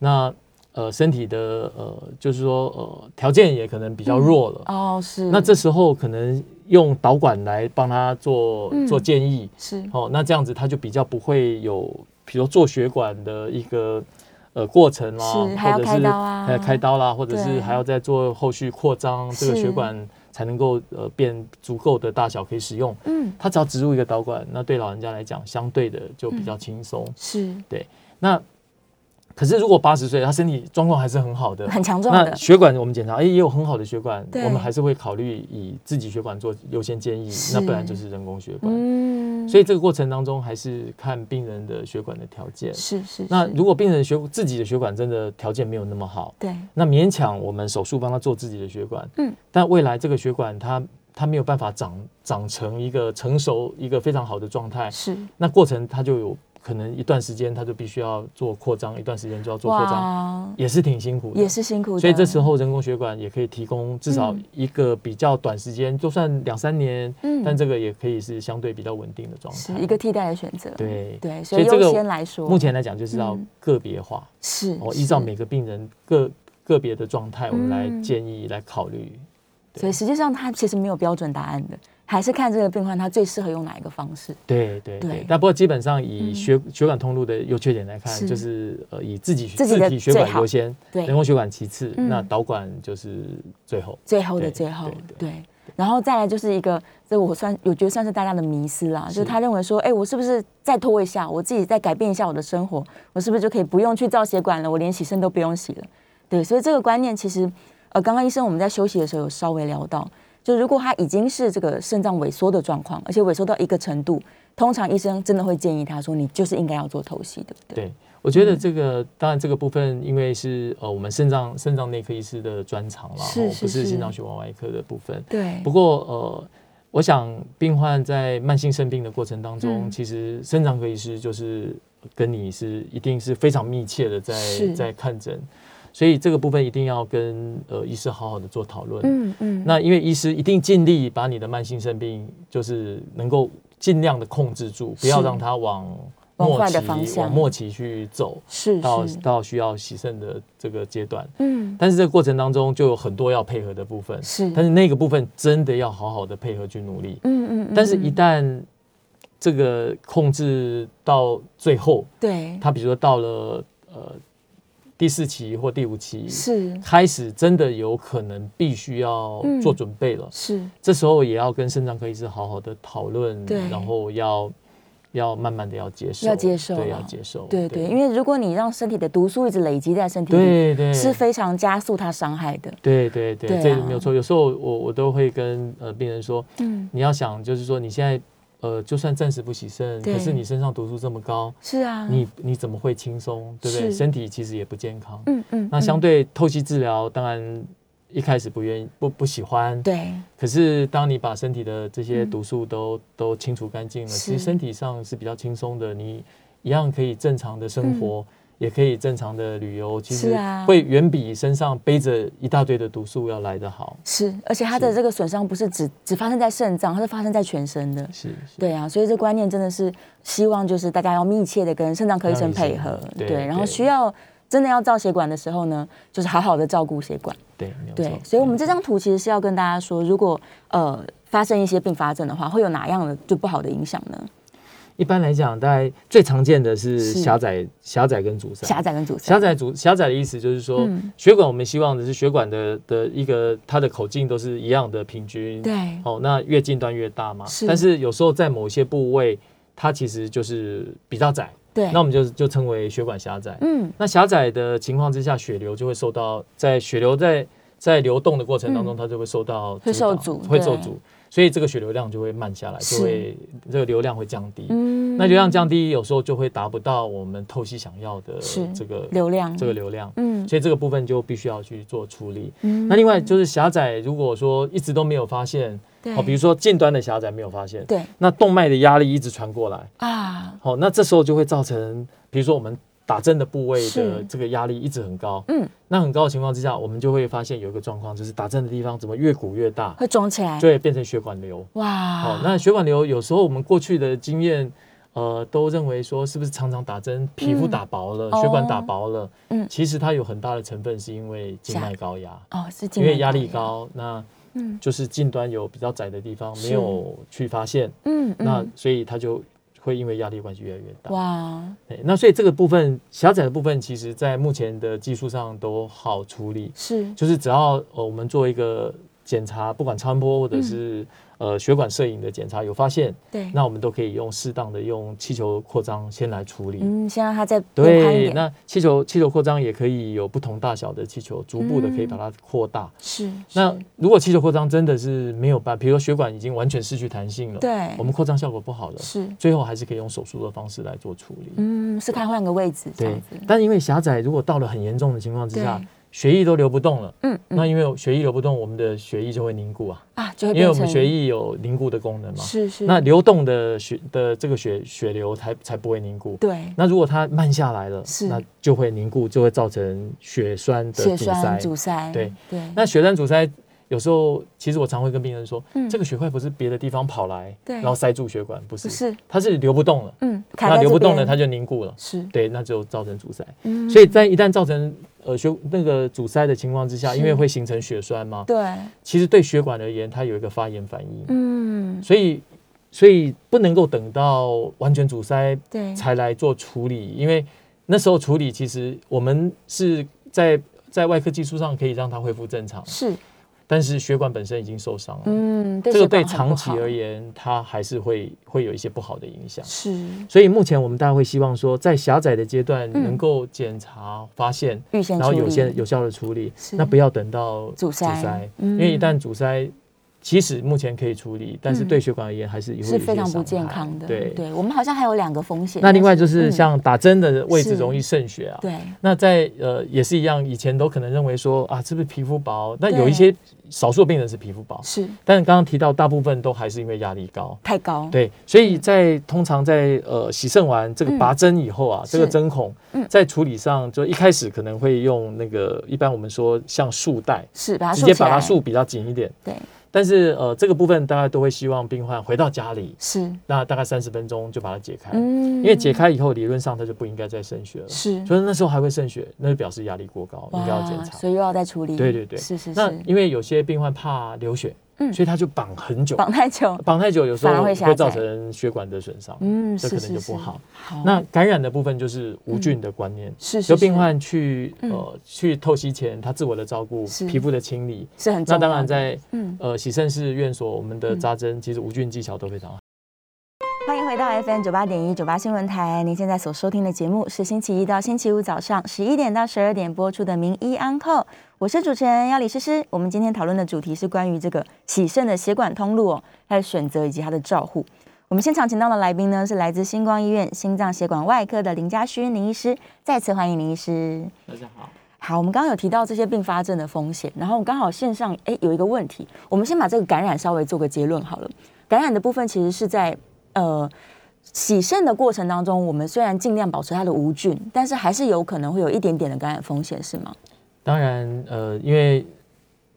S3: 那呃身体的呃就是说呃条件也可能比较弱了，
S2: 哦是
S3: 那这时候可能用导管来帮他做、
S2: 嗯
S3: 做建议。
S2: 是
S3: 哦，那这样子他就比较不会有，比如说做血管的一个呃过程啦，
S2: 是还要
S3: 或者
S2: 开
S3: 是
S2: 刀啊
S3: 还要开刀啦，或者
S2: 对
S3: 是还要再做后续扩张，这个
S2: 是
S3: 血管才能够呃变足够的大小可以使用。
S2: 嗯
S3: 他只要植入一个导管，那对老人家来讲，相对的就
S2: 嗯
S3: 比较轻松。
S2: 是
S3: 那可是如果八十岁，他身体状况还是很好的，
S2: 很强壮
S3: 呃那
S2: 的
S3: 血管我们检查，哎、也有很好的血管，
S2: 对
S3: 我们还是会考虑以自己血管做优先建议，那不然就是人工血管。
S2: 嗯，
S3: 所以这个过程当中还是看病人的血管的条件。
S2: 是是
S3: 那
S2: 是
S3: 如果病人血自己的血管真的条件没有那么好，
S2: 对
S3: 那勉强我们手术帮他做自己的血管，
S2: 嗯，
S3: 但未来这个血管它它没有办法长长成一个成熟一个非常好的状态，
S2: 是
S3: 那过程它就有可能一段时间它就必须要做扩张，一段时间就要做扩张，
S2: 哇
S3: 也是挺辛苦的
S2: 也。是辛苦的，
S3: 所以这时候人工血管也可以提供至少
S2: 嗯
S3: 一个比较短时间，就算两三年，
S2: 嗯
S3: 但这个也可以是相对比较稳定的状
S2: 是
S3: 态。
S2: 一个替代的选择，
S3: 对
S2: 对，所
S3: 所
S2: 以
S3: 以这
S2: 优
S3: 个
S2: 先来说，
S3: 目前来讲就是要
S2: 嗯
S3: 个别化，
S2: 是
S3: 哦，
S2: 是
S3: 依照每个病人个个别的状态，我们来
S2: 嗯
S3: 建议来考虑。
S2: 所以实际上它其实没有标准答案的，还是看这个病患他最适合用哪一个方式。
S3: 对对
S2: 对
S3: 对，但不过基本上以
S2: 嗯
S3: 血血管通路的优缺点来看
S2: 是，
S3: 就是呃以自己
S2: 自己的
S3: 体血
S2: 最
S3: 管
S2: 好
S3: 优先，
S2: 对
S3: 人工血管其次，
S2: 嗯
S3: 那导管就是最后。
S2: 最后的
S3: 对
S2: 最后
S3: 对，对
S2: 对。然后再来就是一个，这我算我觉得算是大家的迷思啦，就是他认为说，哎，我是不是再拖一下，我自己再改变一下我的生活，我是不是就可以不用去造血管了，我连洗肾都不用洗了？对，所以这个观念其实，呃，刚刚医生我们在休息的时候有稍微聊到，就如果他已经是这个肾脏萎缩的状况，而且萎缩到一个程度，通常医生真的会建议他说，你就是应该要做透析，对不对？
S3: 对，
S2: 嗯
S3: 我觉得这个、当然这个部分，因为是呃我们肾脏肾脏内科医师的专长啦，
S2: 是
S3: 哦
S2: 是
S3: 不是
S2: 是
S3: 心脏血管外科的部分。
S2: 对
S3: 不过呃，我想病患在慢性肾病的过程当中，
S2: 嗯
S3: 其实肾脏科医师就是跟你是一定是非常密切的在
S2: 是
S3: 在看诊，所以这个部分一定要跟呃医师好好的做讨论。
S2: 嗯嗯，
S3: 那因为医师一定尽力把你的慢性肾病，就是能够尽量的控制住，不要
S2: 是
S3: 让它往
S2: 往
S3: 末
S2: 坏
S3: 期
S2: 的方向
S3: 往末期去走，
S2: 是
S3: 到
S2: 是，
S3: 到需要洗肾的这个阶段。
S2: 嗯，
S3: 但是这个过程当中就有很多要配合的部分，
S2: 是，嗯
S3: 但是那个部分真的要好好的配合去努力。
S2: 嗯嗯，
S3: 但是，一
S2: 嗯
S3: 旦这个控制到最后，
S2: 对
S3: 它比如说到了呃第四期或第五期，
S2: 是
S3: 开始真的有可能必须要
S2: 嗯
S3: 做准备了。
S2: 是
S3: 这时候也要跟肾脏科医师好好的讨论
S2: 对，
S3: 然后要要慢慢的要接受，
S2: 要接受
S3: 对，
S2: 了
S3: 要接受，
S2: 对对，因为如果你让身体的毒素一直累积在身体里，
S3: 对对
S2: 是非常加速它伤害的。
S3: 对对对，
S2: 对啊
S3: 这个没有错。有时候我我都会跟呃病人说，
S2: 嗯，
S3: 你要想就是说你现在呃就算暂时不洗肾，
S2: 对
S3: 可是你身上毒素这么高，
S2: 是啊，
S3: 你你怎么会轻松，对不对？
S2: 是
S3: 身体其实也不健康。
S2: 嗯嗯，
S3: 那相
S2: 嗯
S3: 对透析治疗，当然一开始不愿意不不喜欢，
S2: 对
S3: 可是当你把身体的这些
S2: 嗯
S3: 毒素都、都清除干净了，
S2: 是
S3: 其实身体上是比较轻松的，你一样可以正常的生活，也可以正常的旅游，其
S2: 嗯是
S3: 实
S2: 啊
S3: 会远比身上背着一大堆的毒素要来得好。
S2: 是，而且它的
S3: 是
S2: 这个损伤不是只只发生在肾脏，它是发生在全身的。
S3: 是，是
S2: 对啊，所以这观念真的是希望就是大家要密切的跟肾脏科医生配合
S3: 让医，生
S2: 对，
S3: 对
S2: 然后
S3: 对
S2: 需要真的要造血管的时候呢，就是好好的照顾血管。
S3: 对，没有
S2: 对
S3: 错，。
S2: 所以我们这
S3: 嗯
S2: 张图其实是要跟大家说，如果呃发生一些并发症的话，会有哪样的就不好的影响呢？
S3: 一般来讲，大概最常见的是
S2: 是
S3: 狭窄、狭窄跟阻塞。
S2: 狭窄跟阻塞，
S3: 狭窄阻狭窄的意思就是说，
S2: 嗯
S3: 血管我们希望的是血管的的一个它的口径都是一样的平均，
S2: 对
S3: 哦，那越近端越大嘛。
S2: 是
S3: 但是有时候在某些部位，它其实就是比较窄，
S2: 对，
S3: 那我们就就称为血管狭窄。
S2: 嗯
S3: 那狭窄的情况之下，血流就会受到在血流在在流动的过程当中，
S2: 嗯
S3: 它就会受到
S2: 会受
S3: 阻
S2: 阻
S3: 挡会受
S2: 对
S3: 阻，所以这个血流量就会慢下来，
S2: 是
S3: 就会这个流量会降低。
S2: 嗯
S3: 那流量降低，有时候就会达不到我们透析想要的
S2: 是
S3: 这个
S2: 流量
S3: 这个流量，
S2: 嗯
S3: 所以这个部分就必须要去做处理。
S2: 嗯
S3: 那另外就是狭窄，如果说一直都没有发现，
S2: 对
S3: 哦好，比如说近端的狭窄没有发现，
S2: 对
S3: 那动脉的压力一直传过来，
S2: 啊
S3: 好，那这时候就会造成，比如说我们打针的部位的
S2: 是
S3: 这个压力一直很高，
S2: 嗯
S3: 那很高的情况之下，我们就会发现有一个状况，就是打针的地方怎么越鼓越大，
S2: 会肿起来
S3: 就会变成血管瘤。
S2: 哇
S3: 好，那血管瘤有时候我们过去的经验，呃，都认为说是不是常常打针皮肤
S2: 嗯
S3: 打薄了，
S2: 哦
S3: 血管打薄了，
S2: 嗯
S3: 其实它有很大的成分是因为静脉高压，
S2: 哦是
S3: 因
S2: 静脉
S3: 为压力
S2: 高
S3: 高，那
S2: 嗯
S3: 就是近端有比较窄的地方
S2: 是
S3: 没有去发现，
S2: 嗯
S3: 那
S2: 嗯
S3: 所以它就会因为压力关系越来越大。
S2: 哇
S3: 对那所以这个部分狭窄的部分，其实在目前的技术上都好处理，
S2: 是
S3: 就是只要呃我们做一个检查，不管超音波或
S2: 嗯
S3: 者是、呃血管摄影的检查有发现，
S2: 对
S3: 那我们都可以用适当的用气球扩张先来处理。
S2: 嗯先让它再变宽一
S3: 对，
S2: 点
S3: 那气球气球扩张也可以有不同大小的气球，逐步的可以把它扩大。
S2: 是
S3: 那
S2: 嗯是
S3: 如果气球扩张真的是没有办法，比如说血管已经完全失去弹性了，
S2: 对
S3: 我们扩张效果不好了，
S2: 是
S3: 最后还是可以用手术的方式来做处理。
S2: 嗯是看换个位置这
S3: 对
S2: 样子，
S3: 但因为狭窄，如果到了很严重的情况之下
S2: 对，
S3: 血液都流不动了，
S2: 嗯嗯
S3: 那因为血液流不动，我们的血液就会凝固啊，
S2: 啊就会
S3: 因为
S2: 变
S3: 我
S2: 成
S3: 们血液有凝固的功能嘛，
S2: 是是
S3: 那流动的血的这个血血流才才不会凝固。
S2: 对
S3: 那如果它慢下来了
S2: 是，
S3: 那就会凝固，就会造成血栓的
S2: 血
S3: 阻
S2: 栓
S3: 塞。
S2: 阻塞
S3: 对
S2: 对
S3: 那血栓阻塞有时候，其实我常会跟病人说，
S2: 嗯
S3: 这个血块不是别的地方跑来，
S2: 对
S3: 然后塞住血管，不是，
S2: 不是
S3: 它是流不动了，
S2: 嗯卡
S3: 那
S2: 在
S3: 流
S2: 这
S3: 不动
S2: 边
S3: 了，它就凝固了，
S2: 是
S3: 对，那就造成阻塞。
S2: 嗯
S3: 所以在一旦造成呃血那个阻塞的情况之下，
S2: 是
S3: 因为会形成血栓嘛，
S2: 对
S3: 其实对血管而言，它有一个发炎反应，
S2: 嗯
S3: 所以所以不能够等到完全阻塞
S2: 对
S3: 才来做处理，因为那时候处理其实我们是在在外科技术上可以让它恢复正常，
S2: 是
S3: 但是血管本身已经受伤了。
S2: 嗯
S3: 这个
S2: 血
S3: 对
S2: 管很
S3: 长
S2: 不
S3: 期
S2: 好
S3: 而言，它还是会会有一些不好的影响。
S2: 是
S3: 所以目前我们大家会希望说，在狭窄的阶段
S2: 嗯
S3: 能够检查发现，
S2: 预先
S3: 然后
S2: 处
S3: 有
S2: 理
S3: 些有效的处理
S2: 是，
S3: 那不要等到
S2: 阻塞嗯
S3: 因为一旦阻塞，即使目前可以处理，但是
S2: 嗯
S3: 对血管而言还是也会有
S2: 是
S3: 一些
S2: 非常不
S3: 伤
S2: 健
S3: 害
S2: 康的。
S3: 对。
S2: 我们好像还有两个风险。
S3: 那另外就是
S2: 嗯
S3: 像打针的位置
S2: 是
S3: 容易渗血啊，
S2: 对
S3: 那在呃也是一样，以前都可能认为说啊，是不是皮肤薄？那有
S2: 对
S3: 一些少数病人是皮肤薄，
S2: 是
S3: 但刚刚提到大部分都还是因为压力高。
S2: 太高，
S3: 对，所以在通常在呃洗肾完这个
S2: 嗯
S3: 拔针以后啊，这个
S2: 是
S3: 针孔
S2: 嗯
S3: 在处理上，就一开始可能会用那个一般我们说像束带，
S2: 是把它
S3: 直接
S2: 竖起
S3: 把它
S2: 来
S3: 束比较紧一点。
S2: 对
S3: 但是呃，这个部分大家都会希望病患回到家里，
S4: 是，
S3: 那大概三十分钟就把它解开，
S4: 嗯
S3: 因为解开以后理论上它就不应该再渗血了。
S4: 是，
S3: 所以那时候还会渗血，那就表示压力过高，应该要检
S4: 哇
S3: 查。
S2: 所以又要再处理。
S3: 对对对，
S4: 是是
S3: 那
S4: 是，
S3: 因为有些病患怕流血，
S4: 嗯
S3: 所以他就绑很久，
S2: 绑太久，
S3: 绑太久有时
S2: 反而
S3: 候
S2: 会
S3: 会
S2: 狭
S3: 造
S2: 窄
S3: 成血管的损伤，
S4: 嗯，
S3: 这
S4: 是
S3: 可
S4: 是
S3: 能就是不好。。
S4: 好，
S3: 那感染的部分就是无菌的观念，
S4: 嗯是是
S3: 有病
S4: 是
S3: 患去呃去透析前，他自我的照顾
S4: 是、
S3: 皮肤的清理，
S4: 是很重
S3: 那
S4: 要的。
S3: 当然在
S4: 嗯
S3: 呃洗肾室院所，我们的
S4: 嗯
S3: 扎针其实无菌技巧都非常好。
S2: 欢迎回到 FM 九八点一九八新闻台，您现在所收听的节目是星期一到星期五早上十一点到十二点播出的《名医安扣》，我是主持人要李诗诗。我们今天讨论的主题是关于这个洗肾的血管通路哦，它的选择以及它的照护。我们现场请到的来宾呢是来自星光医院心脏血管外科的林家勋林医师，再次欢迎林医师。
S3: 大家好，
S2: 好，我们刚刚有提到这些并发症的风险，然后我刚好线上哎有一个问题，我们先把这个感染稍微做个结论好了。感染的部分其实是在呃洗肾的过程当中，我们虽然尽量保持它的无菌，但是还是有可能会有一点点的感染风险，是吗？
S3: 当然呃，因为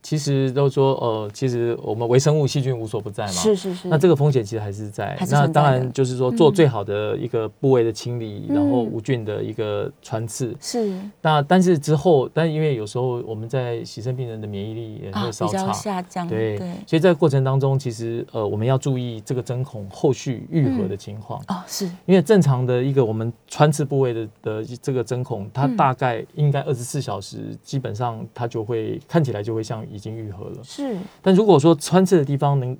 S3: 其实都说呃，其实我们微生物细菌无所不在嘛，
S2: 是是是，
S3: 哎那这个风险其实还是在，
S2: 还是
S3: 那
S2: 存在
S3: 当
S2: 的
S3: 然就是说做最好的一个部位的清理，然后
S2: 嗯
S3: 无菌的一个穿刺。
S2: 是
S3: 那但是之后，但因为有时候我们在洗肾病人的免疫力也
S2: 啊
S3: 会
S2: 比
S3: 稍
S2: 较
S3: 差，
S2: 下降，
S3: 对，所以在过程当中，其实呃我们要注意这个针孔后续愈合的情况，
S2: 哦是
S3: 因为正常的一个我们穿刺部位的的这个针孔，它
S2: 嗯
S3: 大概应该二十四小时，基本上它就会看起来就会像已经愈合了。
S2: 是
S3: 但如果说穿刺的地方能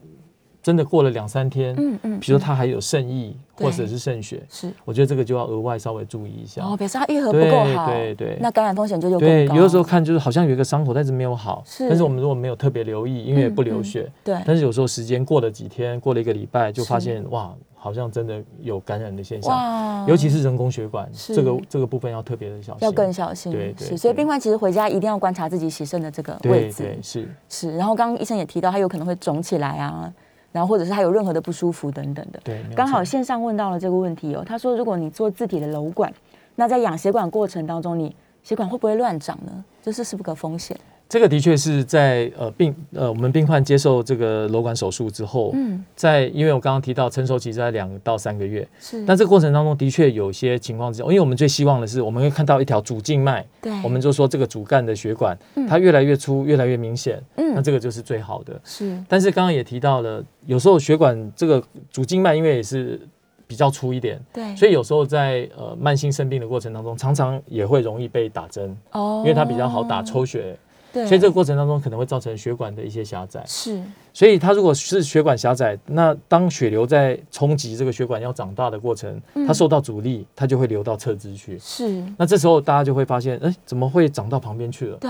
S3: 真的过了两三天，
S2: 嗯嗯，
S3: 比如说他还有肾液
S2: 对
S3: 或者是肾血，
S2: 是
S3: 我觉得这个就要额外稍微注意一下。
S2: 哦，表示它愈合不
S3: 对
S2: 够好，
S3: 对对
S2: 那感染风险就就
S3: 对，
S2: 更高，
S3: 有的时候看就是好像有一个伤口，但是没有好。
S2: 是嗯
S3: 但是我们如果没有特别留意，因为不流血，
S2: 对
S3: 但是有时候时间过了几天，过了一个礼拜，就发现哇，好像真的有感染的现象，
S2: 哇
S3: 尤其是人工血管
S2: 哦是
S3: 这个这个部分要特别的小心。
S2: 要更小心，
S3: 对对
S2: 是，所以
S3: 对
S2: 病患其实回家一定要观察自己洗肾的这个位
S3: 对
S2: 置，
S3: 对是，
S2: 是。然后刚刚医生也提到，他有可能会肿起来啊，然后或者是他有任何的不舒服等等的。
S3: 对，没有
S2: 刚好
S3: 错
S2: 线上问到了这个问题哦，他说如果你做自体的瘘管，那在养血管过程当中，你血管会不会乱长呢？这是是不是个风险？
S3: 这个的确是在呃病呃我们病患接受这个瘘管手术之后，
S2: 嗯，
S3: 在因为我刚刚提到成熟期在两到三个月，
S2: 是
S3: 但这个过程当中的确有些情况之哦下，因为我们最希望的是，我们会看到一条主静脉，
S2: 对，
S3: 我们就说这个主干的血管，它越来越粗，越来越明显，
S2: 嗯
S3: 那这个就是最好的。
S2: 是
S3: 但是刚刚也提到了，有时候血管这个主静脉因为也是比较粗一点，
S2: 对，
S3: 所以有时候在呃慢性生病的过程当中，常常也会容易被打针，
S2: 哦
S3: 因为它比较好打，抽血，
S2: 对，
S3: 所以这个过程当中可能会造成血管的一些狭窄。
S2: 是
S3: 所以它如果是血管狭窄，那当血流在冲击这个血管要长大的过程，
S2: 嗯
S3: 它受到阻力，它就会流到侧支去。
S2: 是，
S3: 那这时候大家就会发现，哎，怎么会长到旁边去了？
S2: 对，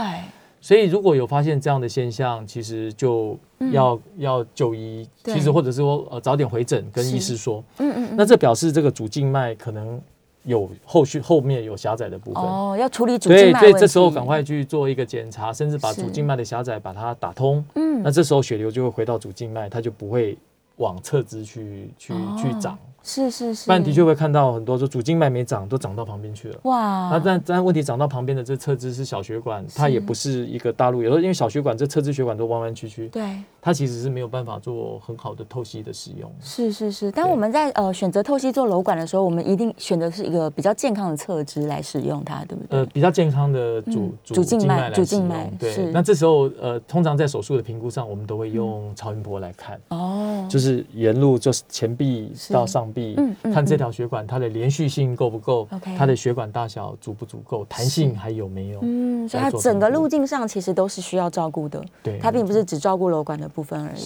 S3: 所以如果有发现这样的现象，其实就要、要就医，
S2: 嗯对
S3: 其实或者是说呃早点回诊跟
S2: 是
S3: 医师说。
S2: 嗯嗯嗯。
S3: 那这表示这个主静脉可能有后续后面有狭窄的部分。
S2: 哦，要处理主静
S3: 对，
S2: 脉
S3: 所以
S2: 问
S3: 这时候
S2: 题
S3: 赶快去做一个检查，甚至把
S2: 是
S3: 主静脉的狭窄把它打通。
S2: 嗯
S3: 那这时候血流就会回到主静脉，它就不会往侧支去去、去长。
S2: 是哦是是，
S3: 不然的确会看到很多说主静脉没长，都长到旁边去了。
S2: 哇，
S3: 那但但问题长到旁边的这侧支是小血管，它也不是一个大路。有时候因为小血管这侧支血管都弯弯曲曲，
S2: 对。
S3: 它其实是没有办法做很好的透析的使用。
S2: 是是是，当
S3: 对
S2: 我们在呃选择透析做瘘管的时候，我们一定选的是一个比较健康的侧支来使用它，对不对？
S3: 呃，比较健康的主
S2: 嗯主
S3: 主
S2: 静
S3: 静
S2: 脉
S3: 脉来
S2: 主
S3: 使
S2: 静脉
S3: 用。
S2: 是嗯
S3: 对，那这时候呃，通常在手术的评估上，我们都会用超音波来看，
S2: 哦，
S3: 呃就是沿路就是前臂
S2: 是
S3: 到上臂
S2: 嗯嗯，
S3: 看这条血管它的连续性够不够
S2: OK，
S3: 它的血管大小足不足够，弹性还有没有？
S2: 嗯，所以
S3: 来
S2: 它
S3: 做
S2: 整
S3: 评
S2: 个
S3: 估
S2: 路径上其实都是需要照顾的，
S3: 对，
S2: 它并不是只照顾瘘管的部分而已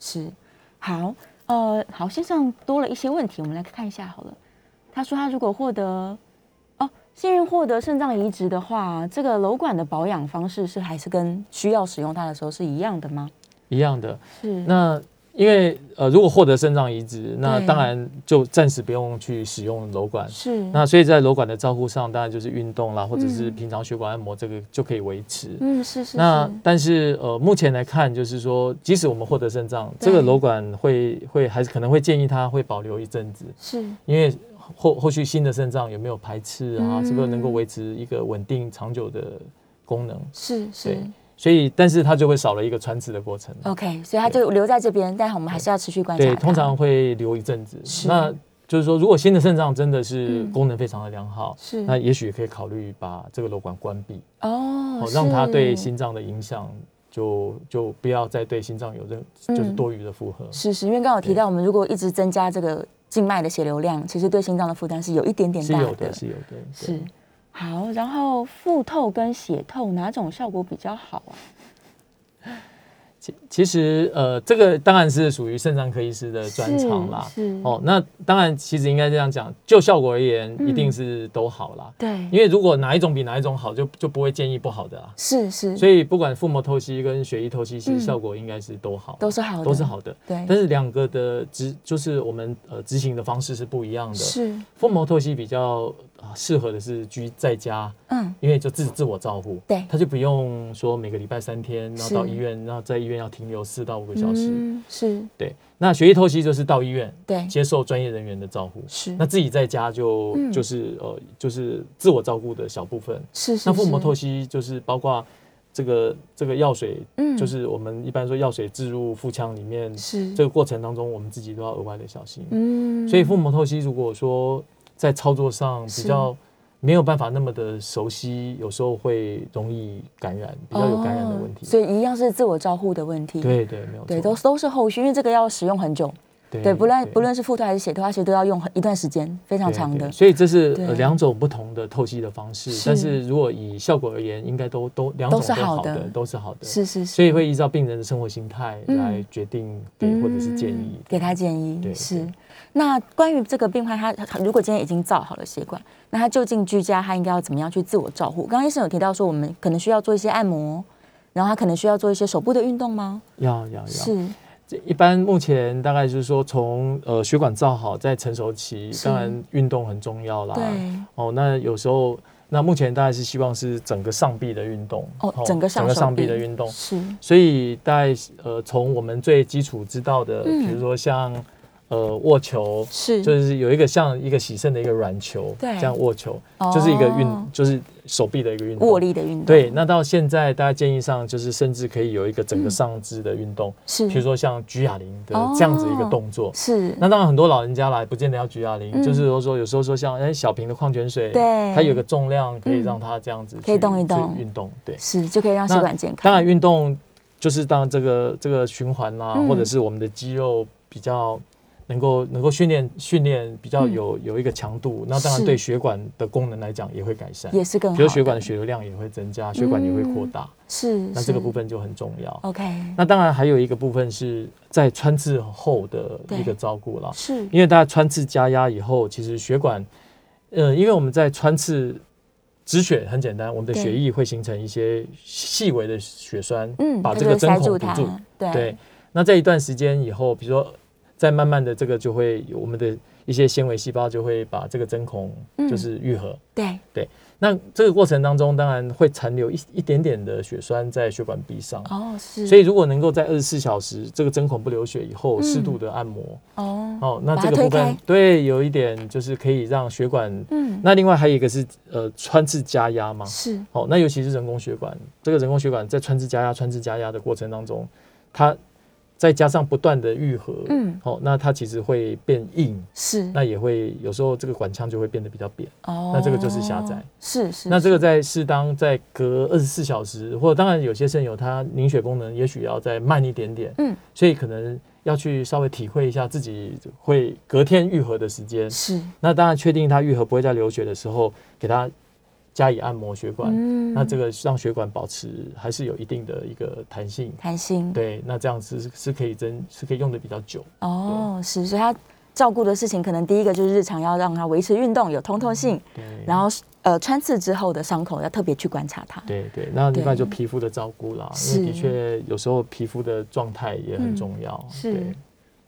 S3: 是。
S2: 是，好，呃，好，线上多了一些问题，我们来看一下好了。他说他如果获得哦幸运获得肾脏移植的话，这个瘘管的保养方式是还是跟需要使用它的时候是一样的吗？
S3: 一样的。
S2: 是，
S3: 那因为呃，如果获得肾脏移植，那
S2: 对
S3: 当然就暂时不用去使用瘘管。
S2: 是
S3: 那所以在瘘管的照护上，当然就是运动啦，或者是
S2: 嗯
S3: 平常血管按摩，这个就可以维持。
S2: 嗯是是
S3: 那
S2: 是
S3: 但是呃，目前来看，就是说，即使我们获得肾脏，这个
S2: 对
S3: 瘘管会会还是可能会建议他会保留一阵子，
S2: 是
S3: 因为后后续新的肾脏有没有排斥啊，
S2: 嗯
S3: 是不是能够维持一个稳定长久的功能？
S2: 是哦
S3: 对
S2: 是，
S3: 所以但是它就会少了一个穿刺的过程。
S2: OK，所以它就留在这边，但我们还是要持续观察它。
S3: 对，通常会留一阵子。
S2: 是
S3: 那就是说，如果新的肾脏真的是
S2: 嗯
S3: 功能非常的良好，
S2: 是
S3: 那也许也可以考虑把这个瘘管关闭，
S2: 哦
S3: 哦，，让它
S2: 是
S3: 对心脏的影响就就不要再对心脏有任就是
S2: 嗯
S3: 多余的负荷。
S2: 是是，因为刚刚有提
S3: 对
S2: 到，我们如果一直增加这个静脉的血流量，其实对心脏的负担是有一点点
S3: 是
S2: 大
S3: 有的，是有的。对
S2: 是。好，然后腹透跟血透哪种效果比较好啊？
S3: 其其实呃，这个当然是属于肾脏科医师的专长啦。
S2: 是
S3: 哦，那当然，其实应该这样讲，就效果而言，
S2: 嗯
S3: 一定是都好啦。
S2: 对，
S3: 因为如果哪一种比哪一种好，就就不会建议不好的啦。
S2: 是是，
S3: 所
S2: 以
S3: 以不管腹膜透析跟血液透析，其
S2: 嗯
S3: 实效果应该是都好，
S2: 都是好的，
S3: 都是，好的。
S2: 对，
S3: 但是两个的执就是我们呃执行的方式是不一样的。
S2: 是
S3: 腹膜透析比较啊适合的是居在家，
S2: 嗯，
S3: 因为就自自我照护，
S2: 对
S3: 他就不用说每个礼拜三天，然后
S2: 是
S3: 到医院，然后在医院要停留四到五个小时。
S2: 嗯是，
S3: 对，那血液透析就是到医院
S2: 对，
S3: 接受专业人员的照护，
S2: 是
S3: 那自己在家就、
S2: 嗯
S3: 就是呃就是自我照顾的小部分。
S2: 是是，
S3: 那腹膜
S2: 是
S3: 透析就是包括这个这个药水，
S2: 嗯
S3: 就是我们一般说药水置入腹腔里面，
S2: 是
S3: 这个过程当中，我们自己都要额外的小心。
S2: 嗯，
S3: 所以腹膜透析如果说在操作上比
S2: 是
S3: 较没有办法那么的熟悉，有时候会容易感染，比较有感染的问
S2: 哦
S3: 题。
S2: 所以一样是自我照护的问题，
S3: 对对，没有
S2: 对，都
S3: 错。
S2: 都是后续，因为这个要使用很久，对，不论
S3: 对
S2: 不论是腹透还是血透，它其实都要用很一段时间，非常
S3: 对
S2: 长
S3: 对
S2: 的。
S3: 所以这是
S2: 对
S3: 呃两种不同的透析的方式
S2: 是。
S3: 但是如果以效果而言，应该都都两
S2: 都
S3: 种
S2: 是
S3: 都
S2: 好
S3: 好
S2: 的
S3: 的，都是好的。
S2: 是是是，
S3: 所以会依照病人的生活形态
S2: 嗯
S3: 来决定给或者是建议
S2: 嗯。给他建议
S3: 对
S2: 是
S3: 对。
S2: 那关于这个病患，他他如果今天已经造好了血管，那他究竟居家他应该要怎么样去自我照护？刚刚医生有提到说，我们可能需要做一些按摩，然后他可能需要做一些手部的运动吗？
S3: 要要要。
S2: 嗯是
S3: 这一般目前大概就是说，从呃血管造好在成熟期，
S2: 是
S3: 当然运动很重要啦。
S2: 对
S3: 哦，那有时候，那目前大概是希望是整个上臂的运动
S2: 哦整个上手臂
S3: 的运动，
S2: 是
S3: 所以大概呃，从我们最基础知道的，
S2: 嗯
S3: 比如说像呃握球，
S2: 是
S3: 就是有一个像一个洗肾的一个软球，
S2: 对
S3: 这样握球
S2: 哦，
S3: 就是一个运，就是手臂的一个运动。
S2: 握力的运动，
S3: 对，那到现在大家建议上，就是甚至可以有一个整个上肢的运动，
S2: 嗯是哦
S3: 比如说像举哑铃的这样子一个动作。
S2: 是
S3: 那当然，很多老人家来不见得要举哑铃，
S2: 嗯
S3: 就是说说有时候说像哎小瓶的矿泉水，
S2: 对
S3: 它有个重量可以
S2: 嗯
S3: 让它这样子
S2: 可以
S3: 去
S2: 动一
S3: 去
S2: 动
S3: 运动对。
S2: 是就可以让血
S3: 那
S2: 管健康。
S3: 当然，运动就是当这个这个循环啦、
S2: 嗯
S3: 或者是我们的肌肉比较能够能够训练训练比较有、有一个强度，那当然
S2: 嗯是
S3: 对血管的功能来讲也会改善，
S2: 也是更
S3: 比如
S2: 好嗯
S3: 血管的血流量也会增加，血管也会扩大，
S2: 是哦
S3: 那这个部分就很重要。
S2: OK
S3: 那当然还有一个部分是在穿刺后的一
S2: 对
S3: 个照顾啦，
S2: 是
S3: 因为大家穿刺加压以后，其实血管，呃，因为我们在穿刺止血很简单，我们的
S2: 对
S3: 血液会形成一些细微的血栓，
S2: 嗯，
S3: 把
S2: 它
S3: 这
S2: 就
S3: 个
S2: 会
S3: 针
S2: 塞
S3: 孔
S2: 住
S3: 堵
S2: 它
S3: 住。，
S2: 对
S3: 对，那在一段时间以后，比如说再慢慢的这个就会有我们的一些纤维细胞就会把这个针孔
S2: 嗯
S3: 就是愈合。
S2: 对
S3: 那这个过程当中，当然会残留一一点点的血栓在血管壁上。
S2: 哦是，
S3: 所以，如果能够在二十四小时这个针孔不流血以后，
S2: 嗯
S3: 适度的按摩，
S2: 哦
S3: 哦，那
S2: 把它
S3: 这个
S2: 推
S3: 部
S2: 开
S3: 分对，有一点就是可以让血管。
S2: 嗯
S3: 那另外还有一个是呃穿刺加压嘛，
S2: 是
S3: 哦，那尤其是人工血管，这个人工血管在穿刺加压、穿刺加压的过程当中，它再加上不断的愈合，
S2: 嗯
S3: 哦，那它其实会变硬，
S2: 是
S3: 那也会有时候这个管腔就会变得比较扁。
S2: 哦，
S3: 那这个就是狭窄，
S2: 是是。
S3: 那这个
S2: 是
S3: 在适当在隔二十四小时，或者当然有些肾友他凝血功能也许要再慢一点点，
S2: 嗯，
S3: 所以可能要去稍微体会一下自己会隔天愈合的时间。
S2: 是，
S3: 那当然确定它愈合不会再流血的时候，给它加以按摩血管，
S2: 嗯
S3: 那这个让血管保持还是有一定的一个弹性。
S2: 弹性
S3: 对，那这样子是是可以真是可以用的比较久。
S2: 哦，是，所以他照顾的事情，可能第一个就是日常要让他维持运动有通透性，
S3: 对，
S2: 然后呃穿刺之后的伤口要特别去观察它。
S3: 对对，那另外
S2: 对
S3: 就皮肤的照顾啦，
S2: 是
S3: 因为的确有时候皮肤的状态也很重要。
S2: 嗯是
S3: 对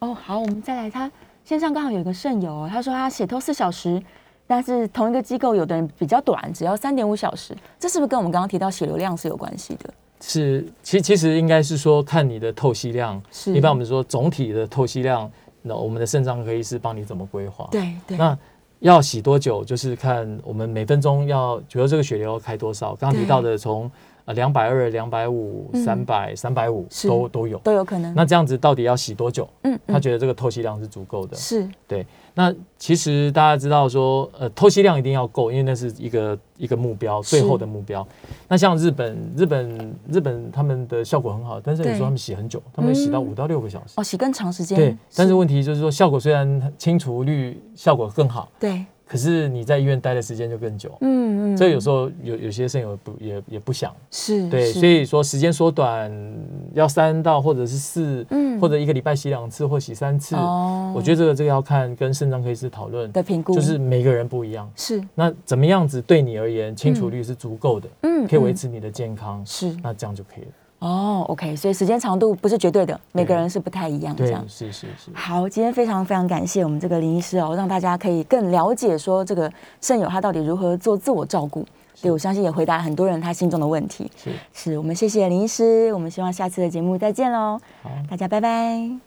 S2: 哦，好，我们再来他线上刚好有一个肾友哦，他说他血透四小时。但是同一个机构，有的人比较短，只要三点五小时，这是不是跟我们刚刚提到血流量是有关系的？
S3: 是，其其实应该是说看你的透析量，
S2: 是
S3: 一般我们说总体的透析量，那我们的肾脏科医师帮你怎么规划？
S2: 对对，
S3: 那要洗多久，就是看我们每分钟要，比如说这个血流要开多少。刚刚提到的从，呃两百二、两百五、三百、三百五
S2: 嗯是
S3: 都都有。
S2: 都有可能。
S3: 那这样子到底要洗多久？
S2: 嗯，
S3: 他
S2: 嗯
S3: 觉得这个透析量是足够的。
S2: 是
S3: 对，那其实大家知道说，呃，透析量一定要够，因为那是一个一个目标，最后的目标。那像日本、日本、日本他们的效果很好，但是有时
S2: 对
S3: 候他们洗很久，他们洗到
S2: 嗯
S3: 五到六个小时。
S2: 哦，洗更长时间。
S3: 对，但是问题就是说，效果虽然清除率效果更好，
S2: 对，
S3: 可是你在医院待的时间就更久。
S2: 嗯嗯，
S3: 这有时候有有些肾友不也也不想，
S2: 是
S3: 对，
S2: 是
S3: 所以说时间缩短，要三到或者是四，
S2: 嗯
S3: 或者一个礼拜洗两次或洗三次，
S2: 哦
S3: 我觉得这个这个要看跟肾脏科医师讨论，
S2: 的评估
S3: 就是每个人不一样。
S2: 是
S3: 那怎么样子对你而言清除率是足够的，
S2: 嗯
S3: 可以维
S2: 嗯
S3: 持你的健康，
S2: 是
S3: 那这样就可以了。
S2: 哦，OK，所以时间长度不是绝对的，每个人是不太一样这
S3: 对
S2: 样，。
S3: 是是是，
S2: 好，今天非常非常感谢我们这个林医师哦，让大家可以更了解说这个肾友他到底如何做自我照顾。对，我相信也回答了很多人他心中的问题。
S3: 是
S2: 是我们谢谢林医师，我们希望下次的节目再见喽，
S3: 好。
S2: 大家拜拜。